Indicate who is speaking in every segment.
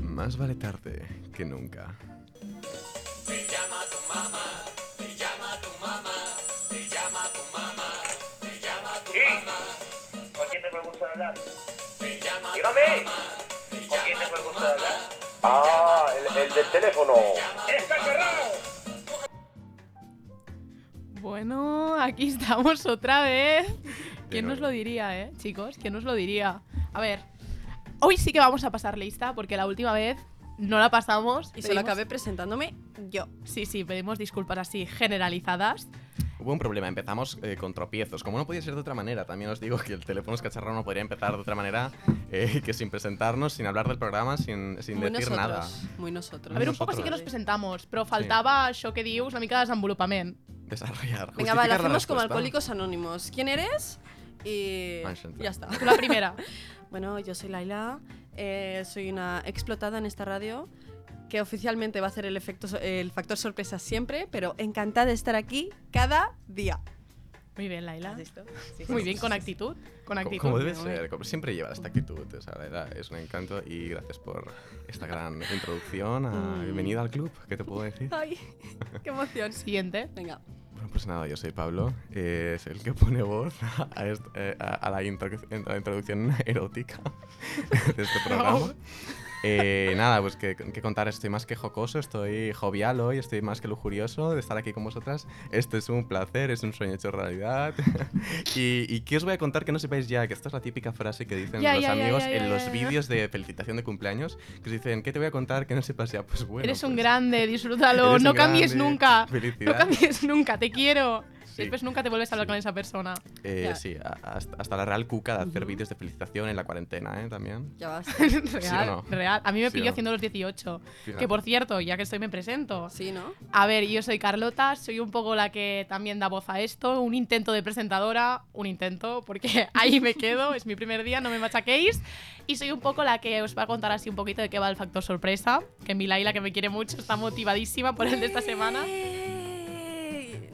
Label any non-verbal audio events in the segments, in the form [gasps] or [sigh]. Speaker 1: Más vale tarde que nunca.
Speaker 2: Me llama tu mamá, me llama tu mamá, me llama tu mamá, me llama tu
Speaker 3: Sí.
Speaker 2: mamá,
Speaker 3: ¿Con quién tengo el gusto de hablar?
Speaker 2: me llama tu
Speaker 3: Dígame.
Speaker 2: mamá,
Speaker 3: ¿Con quién tengo el gusto de hablar?
Speaker 4: Ah, el, el del teléfono.
Speaker 3: ¡Está cerrado!
Speaker 5: Bueno, aquí estamos otra vez. ¿Quién
Speaker 1: nuevo.
Speaker 5: nos lo diría, eh, chicos? ¿Quién nos lo diría? A ver, hoy sí que vamos a pasar lista porque la última vez no la pasamos.
Speaker 6: Y solo
Speaker 5: Pedimos-
Speaker 6: acabé presentándome yo.
Speaker 5: Sí, sí, pedimos disculpas así generalizadas.
Speaker 1: Hubo un problema, empezamos eh, con tropiezos. Como no podía ser de otra manera, también os digo que el teléfono escacharrado no podría empezar de otra manera eh, que sin presentarnos, sin hablar del programa, sin, sin
Speaker 6: muy
Speaker 1: decir
Speaker 6: nosotros.
Speaker 1: nada.
Speaker 6: Muy nosotros.
Speaker 5: A ver, un poc sí
Speaker 1: Nosaltres.
Speaker 5: que nos presentamos, però faltava això que dius, una mica de desenvolupament.
Speaker 1: Desarrollar.
Speaker 6: Venga, va,
Speaker 1: justificar
Speaker 6: lo
Speaker 1: la
Speaker 6: hacemos como
Speaker 1: respuesta.
Speaker 6: Alcohólicos Anónimos. ¿Quién eres? Y
Speaker 1: Manchester.
Speaker 6: ya está.
Speaker 5: Tu la
Speaker 6: [laughs]
Speaker 5: primera.
Speaker 6: Bueno, yo soy Laila, eh, soy una explotada en esta radio que oficialmente va a hacer el, efecto, so- el factor sorpresa siempre, pero encantada de estar aquí cada día.
Speaker 5: Muy bien, Laila.
Speaker 6: ¿Has visto? Sí.
Speaker 5: Muy
Speaker 6: [laughs]
Speaker 5: bien, con actitud. Con
Speaker 1: Como,
Speaker 5: actitud.
Speaker 1: como debe ser, como siempre llevar esta actitud. o sea, la verdad, es un encanto y gracias por esta gran introducción. a-
Speaker 6: Mm.
Speaker 1: Bienvenida al club, ¿qué te puedo decir?
Speaker 6: Ay, qué emoción.
Speaker 5: Siguiente.
Speaker 6: Venga,
Speaker 1: Bueno, pues nada, yo soy Pablo, eh, es el que pone voz a, est- eh, a- a la, intro- a la introducción [laughs] erótica de
Speaker 5: [laughs]
Speaker 1: este programa. Eh, nada, pues que, que contar, estoy más que jocoso, estoy jovial hoy, estoy más que lujurioso de estar aquí con vosotras. Esto es un placer, es un sueño hecho realidad. [laughs] y, y qué os voy a contar que no sepáis ya, que esta es la típica frase que dicen
Speaker 5: Ya,
Speaker 1: los
Speaker 5: ya, ya,
Speaker 1: amigos
Speaker 5: ya, ya,
Speaker 1: en los
Speaker 5: ya, ya.
Speaker 1: vídeos de felicitación de cumpleaños, que os dicen, ¿qué te voy a contar que no sepas ya? Pues bueno.
Speaker 5: Eres un
Speaker 1: pues, [laughs]
Speaker 5: grande, disfrútalo,
Speaker 1: eres
Speaker 5: no
Speaker 1: un
Speaker 5: cambies
Speaker 1: grande,
Speaker 5: nunca. No
Speaker 1: Felicidad.
Speaker 5: cambies Pues nunca, te quiero.
Speaker 1: Sí.
Speaker 5: Después nunca te vuelves a hablar
Speaker 1: Sí.
Speaker 5: con esa persona.
Speaker 1: Eh,
Speaker 6: Ya.
Speaker 1: Sí, a- hasta, hasta la real cuca de hacer vídeos de felicitación en la cuarentena, ¿eh? También.
Speaker 6: ya vas.
Speaker 5: [laughs] real,
Speaker 1: no?
Speaker 5: real. A mí me
Speaker 1: ¿Sí o
Speaker 5: pilló
Speaker 1: no?
Speaker 5: haciendo los 18.
Speaker 1: Fíjate.
Speaker 5: Que por cierto, ya que estoy, me presento.
Speaker 6: Sí, ¿no?
Speaker 5: A ver, yo soy Carlota, soy un poco la que también da voz a esto, un intento de presentadora, un intento, porque [laughs] ahí me quedo, es mi primer día, no me machaquéis, y soy un poco la que os va a contar así un poquito de qué va el factor sorpresa, que mi Laila, que me quiere mucho, está motivadísima por el de esta semana.
Speaker 6: ¡Ey!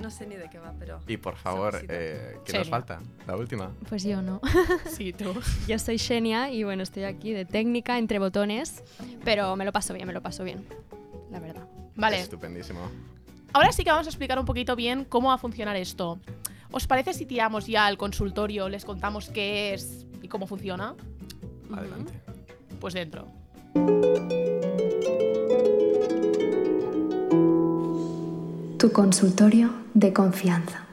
Speaker 6: No sé ni de qué va, pero...
Speaker 1: Y por favor,
Speaker 6: Sorpresita.
Speaker 1: eh, ¿qué nos
Speaker 5: Serio.
Speaker 1: falta? La última.
Speaker 7: Pues yo no. [laughs]
Speaker 5: Sí, tú.
Speaker 7: Yo soy Xenia y bueno, estoy aquí de técnica entre botones, pero me lo paso bien, me lo paso bien, la verdad.
Speaker 5: Vale,
Speaker 1: Estupendísimo.
Speaker 5: ahora sí que vamos a explicar un poquito bien cómo va a funcionar esto. ¿Os parece si tiramos ya al consultorio, les contamos qué es y cómo funciona?
Speaker 6: Ujú.
Speaker 1: Adelante.
Speaker 5: Pues dentro.
Speaker 8: Tu consultorio de confianza.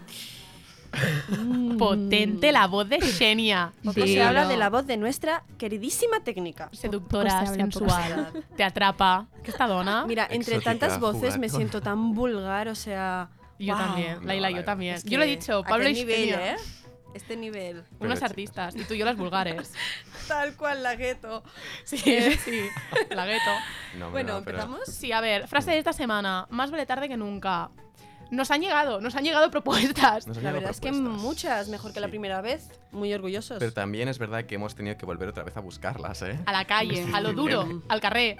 Speaker 6: Mm.
Speaker 5: Potente la voz de
Speaker 6: [laughs]
Speaker 5: Xenia.
Speaker 6: Poco
Speaker 5: Sí.
Speaker 6: Pues se habla
Speaker 5: No.
Speaker 6: de la voz de nuestra queridísima técnica.
Speaker 5: seductora,
Speaker 7: Pues se habla
Speaker 5: sensual, te atrapa. ¿Qué está dona?
Speaker 6: Mira, entre
Speaker 1: Exótica,
Speaker 6: tantas voces
Speaker 1: juguetona.
Speaker 6: me siento tan vulgar, o sea...
Speaker 5: yo
Speaker 6: wow.
Speaker 5: también,
Speaker 1: No,
Speaker 5: Laila,
Speaker 1: Laila.
Speaker 5: yo también.
Speaker 6: Es
Speaker 5: yo lo he
Speaker 6: que
Speaker 5: dicho,
Speaker 6: a
Speaker 5: Pablo
Speaker 6: qué
Speaker 5: y
Speaker 6: nivel,
Speaker 5: Xenia,
Speaker 6: ¿eh? Este nivel.
Speaker 1: Pero,
Speaker 5: unos
Speaker 1: chicas.
Speaker 5: artistas, y tú y yo las
Speaker 6: [laughs]
Speaker 5: vulgares.
Speaker 6: Tal cual la gueto.
Speaker 5: sí, [laughs] sí, la gueto.
Speaker 1: No, hombre,
Speaker 6: Bueno,
Speaker 1: no, pero-
Speaker 6: ¿empezamos?
Speaker 5: Sí, a ver, frase de esta semana, más vale tarde que nunca. Nos han llegado, nos han llegado propuestas.
Speaker 1: Nos han
Speaker 6: La
Speaker 1: llegado
Speaker 6: verdad es que
Speaker 1: propuestas.
Speaker 6: muchas, mejor que la
Speaker 1: Sí.
Speaker 6: primera vez. Muy orgullosos.
Speaker 1: Pero también es verdad que hemos tenido que volver otra vez a buscarlas, ¿eh?
Speaker 6: Ah.
Speaker 5: A la calle, a lo duro, al carré.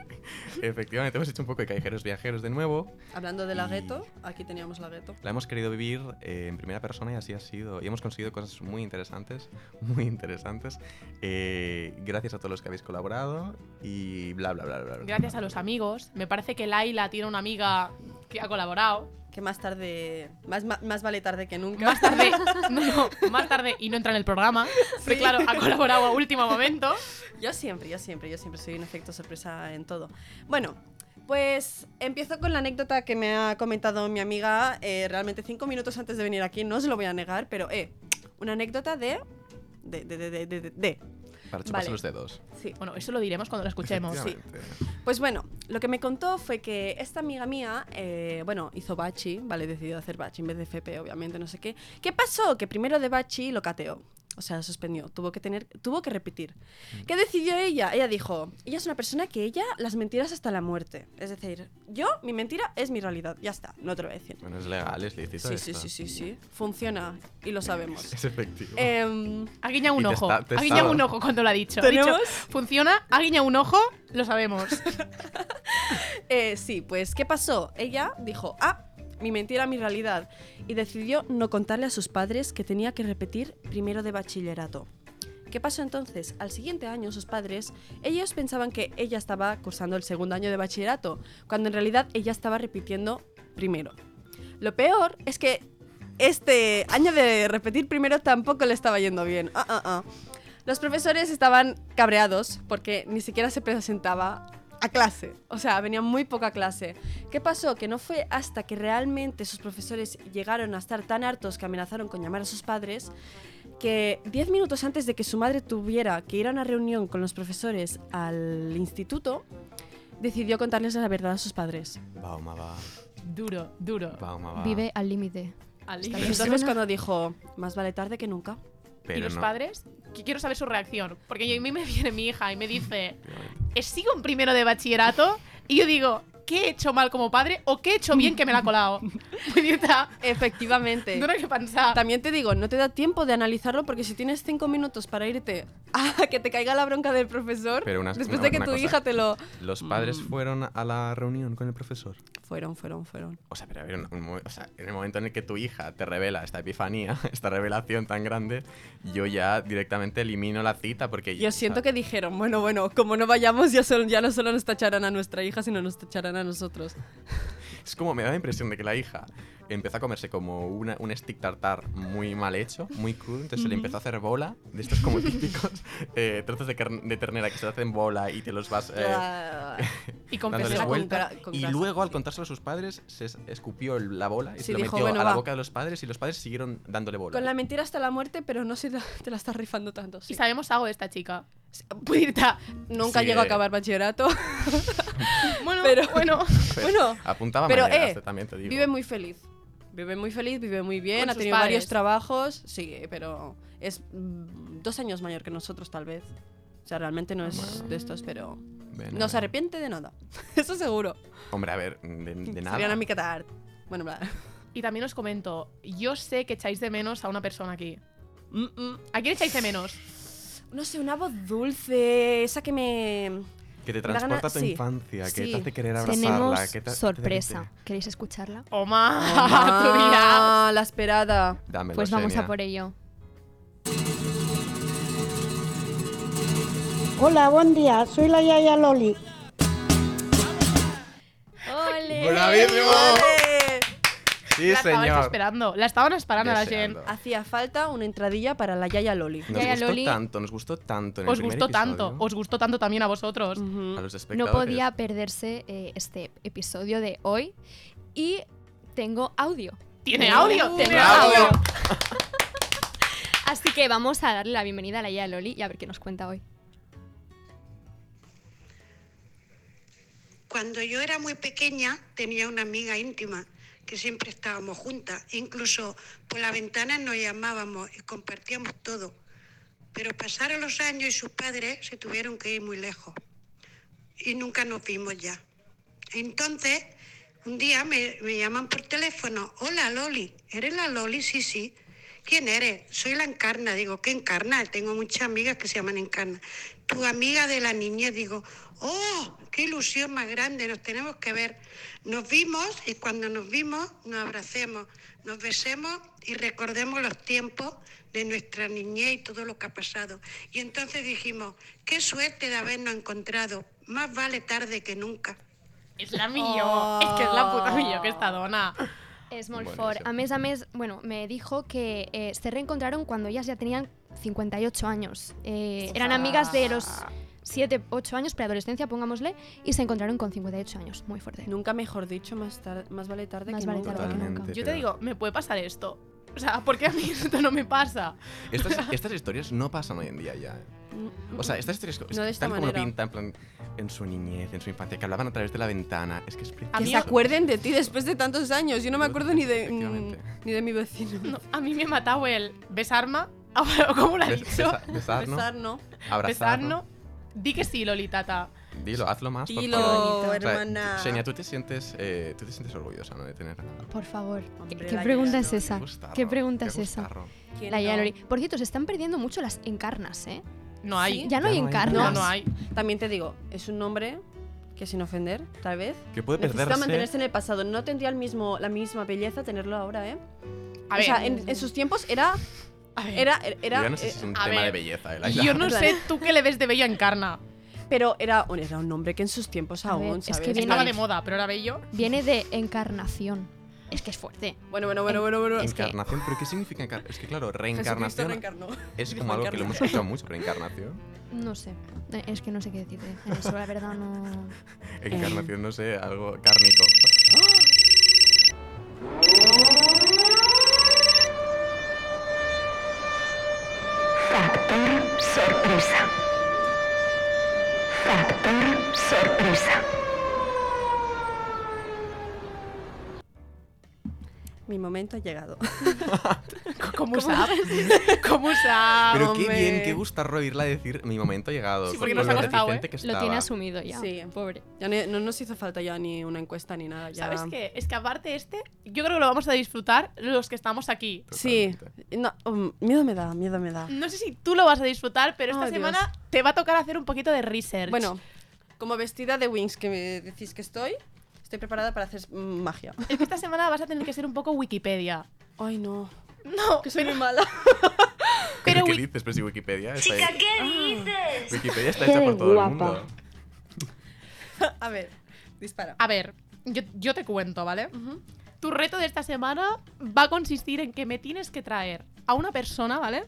Speaker 1: Efectivamente, hemos hecho un poco de callejeros viajeros de nuevo.
Speaker 6: Hablando de la
Speaker 1: Y-
Speaker 6: gueto, aquí teníamos la gueto.
Speaker 1: La hemos querido vivir eh, en primera persona y así ha sido. Y hemos conseguido cosas muy interesantes, [laughs] muy interesantes. Eh, gracias a todos los que habéis colaborado y bla, bla, bla, bla. bla.
Speaker 5: Gracias a los amigos. Me parece que Laila tiene una amiga que ha colaborado.
Speaker 6: Que más tarde. Más, ma- más vale tarde que
Speaker 5: [laughs]
Speaker 6: nunca.
Speaker 5: Más tarde, no, no, más tarde y no entra en el programa. Pero claro, ha colaborado a último momento.
Speaker 6: Yo siempre, yo siempre, yo siempre soy un efecto sorpresa en todo. Bueno, pues empiezo con la anécdota que me ha comentado mi amiga eh, realmente cinco minutos antes de venir aquí, no os lo voy a negar, pero eh, una anécdota de... De, de, de, de, de, de- de.
Speaker 1: Para chuparse
Speaker 6: Vale.
Speaker 1: los dedos.
Speaker 6: Sí.
Speaker 5: Bueno, eso lo diremos cuando lo escuchemos.
Speaker 6: Sí.
Speaker 1: Efectivamente.
Speaker 6: Pues bueno, lo que me contó fue que esta amiga mía, eh, bueno, hizo bachi, ¿vale? Decidió hacer bachi en vez de FP, obviamente, no sé qué. ¿Qué pasó? Que primero de bachi lo cateó. O sea, suspendió. Tuvo que tener, tuvo que repetir. ¿Qué decidió ella? Ella dijo, ella es una persona que ella las mentiras hasta la muerte. Es decir, yo, mi mentira es mi realidad. Ya está, no te lo voy a decir.
Speaker 1: Bueno, es legal, es lícito.
Speaker 6: Sí, sí,
Speaker 1: esto.
Speaker 6: sí, sí, sí. Funciona y
Speaker 1: [laughs]
Speaker 6: lo sabemos.
Speaker 1: Es efectivo.
Speaker 6: Em,
Speaker 5: Ha guiñado un
Speaker 1: Y te
Speaker 5: ojo.
Speaker 1: está- te
Speaker 5: ha guiñado
Speaker 1: estaba.
Speaker 5: un ojo cuando lo ha dicho. Ha dicho,
Speaker 6: ¿Tenemos?
Speaker 5: Funciona, ha guiñado un ojo, lo sabemos.
Speaker 6: Eh, sí, pues ¿qué pasó? Ella dijo, ah, mi mentira, mi realidad. Y decidió no contarle a sus padres que tenía que repetir primero de bachillerato. ¿Qué pasó entonces? Al siguiente año, sus padres, ellos pensaban que ella estaba cursando el segundo año de bachillerato, cuando en realidad ella estaba repitiendo primero. Lo peor es que este año de repetir primero tampoco le estaba yendo bien. Ah, ah, ah. Los profesores estaban cabreados porque ni siquiera se presentaba a clase. O sea, venía muy poca clase. ¿Qué pasó? Que no fue hasta que realmente sus profesores llegaron a estar tan hartos que amenazaron con llamar a sus padres que 10 minutos antes de que su madre tuviera que ir a una reunión con los profesores al instituto, decidió contarles la verdad a sus padres.
Speaker 1: Va, Oma, va.
Speaker 5: [laughs] Duro, duro.
Speaker 1: Va, Oma, va.
Speaker 7: Vive al límite.
Speaker 5: Ali.
Speaker 7: Está bien.
Speaker 6: Entonces
Speaker 7: Persona.
Speaker 6: cuando dijo, más vale tarde que nunca.
Speaker 1: Pero
Speaker 5: y los
Speaker 1: no.
Speaker 5: padres, que quiero saber su reacción. Porque yo- a mí me viene mi hija y me dice, "Eh, sigo en primero de bachillerato. Y yo digo, ¿qué he hecho mal como padre o qué he hecho bien que me la ha [laughs] colado? Puñeta,
Speaker 6: Efectivamente.
Speaker 5: no hay que pensar.
Speaker 6: También te digo, no te da tiempo de analizarlo porque si tienes cinco minutos para irte a [laughs] que te caiga la bronca del profesor,
Speaker 1: Pero una-
Speaker 6: después
Speaker 1: una-
Speaker 6: de que
Speaker 1: una
Speaker 6: tu
Speaker 1: cosa.
Speaker 6: hija te lo...
Speaker 1: Los padres fueron a la reunión con el profesor.
Speaker 6: Fueron, fueron, fueron.
Speaker 1: O sea, pero a ver, un- un mo- o sea, en el momento en el que tu hija te revela esta epifanía, [laughs] esta revelación tan grande, yo ya directamente elimino la cita porque...
Speaker 6: Yo siento que dijeron, bueno, bueno, como no vayamos, ya, solo- ya no solo nos tacharán a nuestra hija, sino nos tacharán a nosotros.
Speaker 1: Es como me da la impresión de que la hija empezó a comerse como una- un stick tartar muy mal hecho, muy crudo, entonces se le empezó a hacer bola, de estos como típicos [laughs] eh, trozos de, carn- de ternera que se hacen bola y te los vas... eh,
Speaker 6: Ah,
Speaker 5: Y
Speaker 1: dándole
Speaker 5: confesé
Speaker 6: Dándole
Speaker 5: la
Speaker 6: con vuelta.
Speaker 1: vuelta
Speaker 6: gra- con
Speaker 1: y
Speaker 6: grasa,
Speaker 1: luego al contárselo a sus padres se es- escupió el- la bola y
Speaker 6: Sí,
Speaker 1: se lo
Speaker 6: dijo,
Speaker 1: metió
Speaker 6: "Bueno,
Speaker 1: a la
Speaker 6: va".
Speaker 1: boca de los padres y los padres siguieron dándole bola.
Speaker 6: Con la mentira hasta la muerte, pero no se la- te la estás rifando tanto. sí.
Speaker 5: Y sabemos algo de esta chica. Puñeta.
Speaker 6: Nunca
Speaker 1: Sí,
Speaker 6: llego a
Speaker 1: eh.
Speaker 6: acabar bachillerato.
Speaker 5: Bueno,
Speaker 6: Pero-
Speaker 5: [laughs] bueno.
Speaker 1: Pues,
Speaker 6: bueno,
Speaker 1: apuntaba
Speaker 6: pero,
Speaker 1: maneras,
Speaker 6: eh,
Speaker 1: también te digo.
Speaker 6: Vive muy feliz. Vive muy feliz, vive muy bien,
Speaker 5: Con
Speaker 6: ha
Speaker 5: sus
Speaker 6: tenido varios
Speaker 5: padres.
Speaker 6: trabajos, sí, pero es mm, dos años mayor que nosotros tal vez. O sea, realmente no es
Speaker 1: Bueno.
Speaker 6: de estos, pero
Speaker 1: Ven,
Speaker 6: no se
Speaker 1: eh.
Speaker 6: arrepiente de nada. [laughs] Eso seguro.
Speaker 1: Hombre, a ver, de, de nada.
Speaker 6: Sería una mica tard. Bueno, bla.
Speaker 5: Y también os comento, yo sé que echáis de menos a una persona aquí.
Speaker 6: Mm, mm.
Speaker 5: ¿A quién echáis de menos?
Speaker 6: No sé, una voz dulce, esa que me...
Speaker 1: Que te
Speaker 6: Da gana-
Speaker 1: transporta a tu
Speaker 6: sí.
Speaker 1: infancia, que
Speaker 6: Sí.
Speaker 1: te hace querer abrazarla.
Speaker 7: Tenemos
Speaker 1: que te- que te
Speaker 7: sorpresa.
Speaker 1: dice,
Speaker 7: ¿Queréis escucharla?
Speaker 5: Oma, [laughs] tu vida.
Speaker 6: Ah, la esperada.
Speaker 1: Dámelo,
Speaker 7: Pues vamos a
Speaker 1: Xenia".
Speaker 7: por ello.
Speaker 9: Hola, buen día. Soy la Yaya Loli.
Speaker 7: ¡Ole!
Speaker 1: ¡Bravísimo!
Speaker 6: ¡Ole!
Speaker 1: Sí,
Speaker 5: la estabais
Speaker 1: señor.
Speaker 5: esperando. La estaban esperando a la Jen.
Speaker 1: Deseando.
Speaker 6: Hacía falta una entradilla para la Yaya Loli.
Speaker 1: Nos
Speaker 7: Yaya
Speaker 1: gustó
Speaker 7: Loli.
Speaker 1: tanto, nos gustó tanto en el
Speaker 5: Os
Speaker 1: primer
Speaker 5: gustó tanto,
Speaker 1: episodio.
Speaker 5: os gustó tanto también a vosotros.
Speaker 6: Ujú.
Speaker 1: A los
Speaker 7: No
Speaker 1: espectadores.
Speaker 7: podía perderse eh, este episodio de hoy. Y tengo audio.
Speaker 5: Tiene audio, tiene
Speaker 1: ¡Bravo!
Speaker 5: audio.
Speaker 7: Así que vamos a darle la bienvenida a la Yaya Loli y a ver qué nos cuenta hoy.
Speaker 10: Cuando yo era muy pequeña tenía una amiga íntima que siempre estábamos juntas. Incluso por la ventana nos llamábamos y compartíamos todo. Pero pasaron los años y sus padres se tuvieron que ir muy lejos. Y nunca nos vimos ya. Entonces, un día me, me llaman por teléfono. Hola, Loli. ¿Eres la Loli? Sí, sí. ¿Quién eres? Soy la Encarna. Digo, ¿qué Encarna? Tengo muchas amigas que se llaman Encarna. Tu amiga de la niñez. Digo, ¡oh! ¡Qué ilusión más grande! Nos tenemos que ver. Nos vimos y cuando nos vimos nos abracemos, nos besemos y recordemos los tiempos de nuestra niñez y todo lo que ha pasado. Y entonces dijimos, qué suerte de habernos encontrado. Más vale tarde que nunca.
Speaker 5: Es la mío, es que es la puta mío que está dona.
Speaker 7: Es molt
Speaker 1: Bueno,
Speaker 7: fort.
Speaker 1: sí.
Speaker 7: A més a més, bueno, me dijo que eh, se reencontraron cuando ellas ya tenían 58 años. Eh, eran amigas de los 7, 8 años, preadolescencia, pongámosle, y se encontraron con 58 años. Muy fuerte.
Speaker 6: Nunca mejor dicho, más, tar- más vale tarde
Speaker 7: Más
Speaker 6: que
Speaker 7: vale
Speaker 6: nunca.
Speaker 7: tarde que
Speaker 1: Totalmente.
Speaker 7: nunca.
Speaker 5: Yo te
Speaker 1: pero-
Speaker 5: digo, me puede pasar esto. O sea, ¿por qué a mí [laughs] esto no me pasa?
Speaker 1: Estas, estas historias no pasan hoy en día ya. eh. O sea, estas historias
Speaker 6: No de esta
Speaker 1: tal como lo
Speaker 6: manera.
Speaker 1: pintan, en plan, en su niñez, en su infancia, que hablaban a través de la ventana. Es que es
Speaker 5: A
Speaker 6: Que
Speaker 5: mí
Speaker 6: se
Speaker 1: precioso.
Speaker 6: acuerden de ti después de tantos años. Yo no me acuerdo ni de,
Speaker 1: Efectivamente.
Speaker 6: mm, ni de mi vecino.
Speaker 5: No, a mí me ha matado el besarme, [laughs]
Speaker 1: [laughs]
Speaker 5: como lo ha
Speaker 1: Bes-
Speaker 5: dicho,
Speaker 1: besa- besarnos,
Speaker 6: Besar, no.
Speaker 1: abrazarnos.
Speaker 5: besarnos. Di que sí, Lolitata.
Speaker 1: Dilo, hazlo más, por
Speaker 6: Dilo,
Speaker 1: favor. O sea,
Speaker 6: hermana.
Speaker 1: Xenia, tú te sientes, eh, tú te sientes orgullosa, ¿no? De tener.
Speaker 7: Por favor.
Speaker 6: Hombre,
Speaker 7: ¿Qué, qué
Speaker 6: la
Speaker 7: pregunta
Speaker 6: Yaya
Speaker 7: es
Speaker 6: Loli.
Speaker 7: esa?
Speaker 1: gustarro,
Speaker 7: ¿Qué pregunta
Speaker 1: qué
Speaker 7: es esa?
Speaker 1: gustarro.
Speaker 6: ¿Quién
Speaker 7: La Yaya
Speaker 6: no?
Speaker 7: Loli. Por cierto, se están perdiendo mucho las encarnas, ¿eh?
Speaker 5: No hay.
Speaker 7: Ya
Speaker 1: Ya no
Speaker 7: no hay
Speaker 1: hay.
Speaker 5: No,
Speaker 7: encarnas.
Speaker 5: no hay.
Speaker 6: También te digo, es un nombre que sin ofender, tal vez.
Speaker 1: Que puede
Speaker 6: Necesita mantenerse
Speaker 1: perderse.
Speaker 6: en el pasado. No tendría el mismo, la misma belleza tenerlo ahora, ¿eh?
Speaker 5: A
Speaker 6: o
Speaker 5: ver,
Speaker 6: sea, en, en sus tiempos era Era, er,
Speaker 1: Yo
Speaker 6: era, eh,
Speaker 1: ya no sé si es un
Speaker 5: eh, a
Speaker 1: tema de
Speaker 5: ver,
Speaker 1: belleza, ¿eh? el [laughs]
Speaker 5: Yo no sé tú qué le ves de bello a Encarna.
Speaker 6: Pero era, un- era un nombre que en sus tiempos
Speaker 7: A ver,
Speaker 6: aún,
Speaker 7: es que
Speaker 6: ¿sabes?
Speaker 7: viene-
Speaker 5: Estaba de moda, pero era
Speaker 6: [laughs]
Speaker 5: bello.
Speaker 7: Viene de encarnación. Es que es fuerte.
Speaker 6: Bueno, bueno, bueno, bueno, bueno.
Speaker 7: Es que-
Speaker 1: Encarnación, pero ¿qué significa encarnación? Es que claro,
Speaker 6: Jesucristo
Speaker 1: reencarnación
Speaker 6: reencarnó.
Speaker 1: es
Speaker 6: Dijo
Speaker 1: como algo que lo hemos
Speaker 6: encarnación.
Speaker 1: escuchado mucho, reencarnación.
Speaker 7: No sé. Eh, Es que no sé qué decirte. En Eso, la verdad, no.
Speaker 5: Eh.
Speaker 1: Encarnación, no sé, algo cárnico.
Speaker 2: Factor sorpresa. Factor sorpresa.
Speaker 6: Mi momento ha [laughs] llegado.
Speaker 5: Como usab. Como usab.
Speaker 1: Pero qué
Speaker 6: Ah, hombre.
Speaker 1: bien, qué gusto oírla decir mi momento ha llegado.
Speaker 5: Ah, Sí, porque
Speaker 1: con
Speaker 5: nos
Speaker 1: lo
Speaker 5: ha costado,
Speaker 1: reticente
Speaker 5: ¿eh?
Speaker 1: que
Speaker 7: Lo tiene
Speaker 1: estaba.
Speaker 7: asumido ya.
Speaker 6: Sí.
Speaker 7: Pobre.
Speaker 6: Ya no, no nos hizo falta ya ni una encuesta ni nada. Ya.
Speaker 5: ¿Sabes qué? Es que aparte este, yo creo que lo vamos a disfrutar los que estamos aquí.
Speaker 6: Sí. No, um, miedo me da, miedo me da.
Speaker 5: No sé si tú lo vas a disfrutar, pero esta
Speaker 6: Ay, Dios.
Speaker 5: semana te va a tocar hacer un poquito de research.
Speaker 6: Bueno, como vestida de Wings que me decís que estoy, estoy preparada para hacer mm, magia.
Speaker 5: es que esta semana vas a tener que ser un poco Wikipedia.
Speaker 6: Ay, no.
Speaker 5: No,
Speaker 6: [laughs] Que soy muy mala.
Speaker 1: Pero
Speaker 5: Pero Ah.
Speaker 1: ¿Qué
Speaker 5: Wiki-
Speaker 1: dices? Pero si Wikipedia está
Speaker 2: Chica,
Speaker 1: ahí-
Speaker 2: ¿qué dices?
Speaker 1: Wikipedia está
Speaker 9: Qué
Speaker 1: hecha por todo
Speaker 9: guapa.
Speaker 1: el mundo.
Speaker 6: A ver, dispara.
Speaker 5: a ver, yo, yo te cuento, ¿vale? Tu reto de esta semana va a consistir en que me tienes que traer a una persona, ¿vale?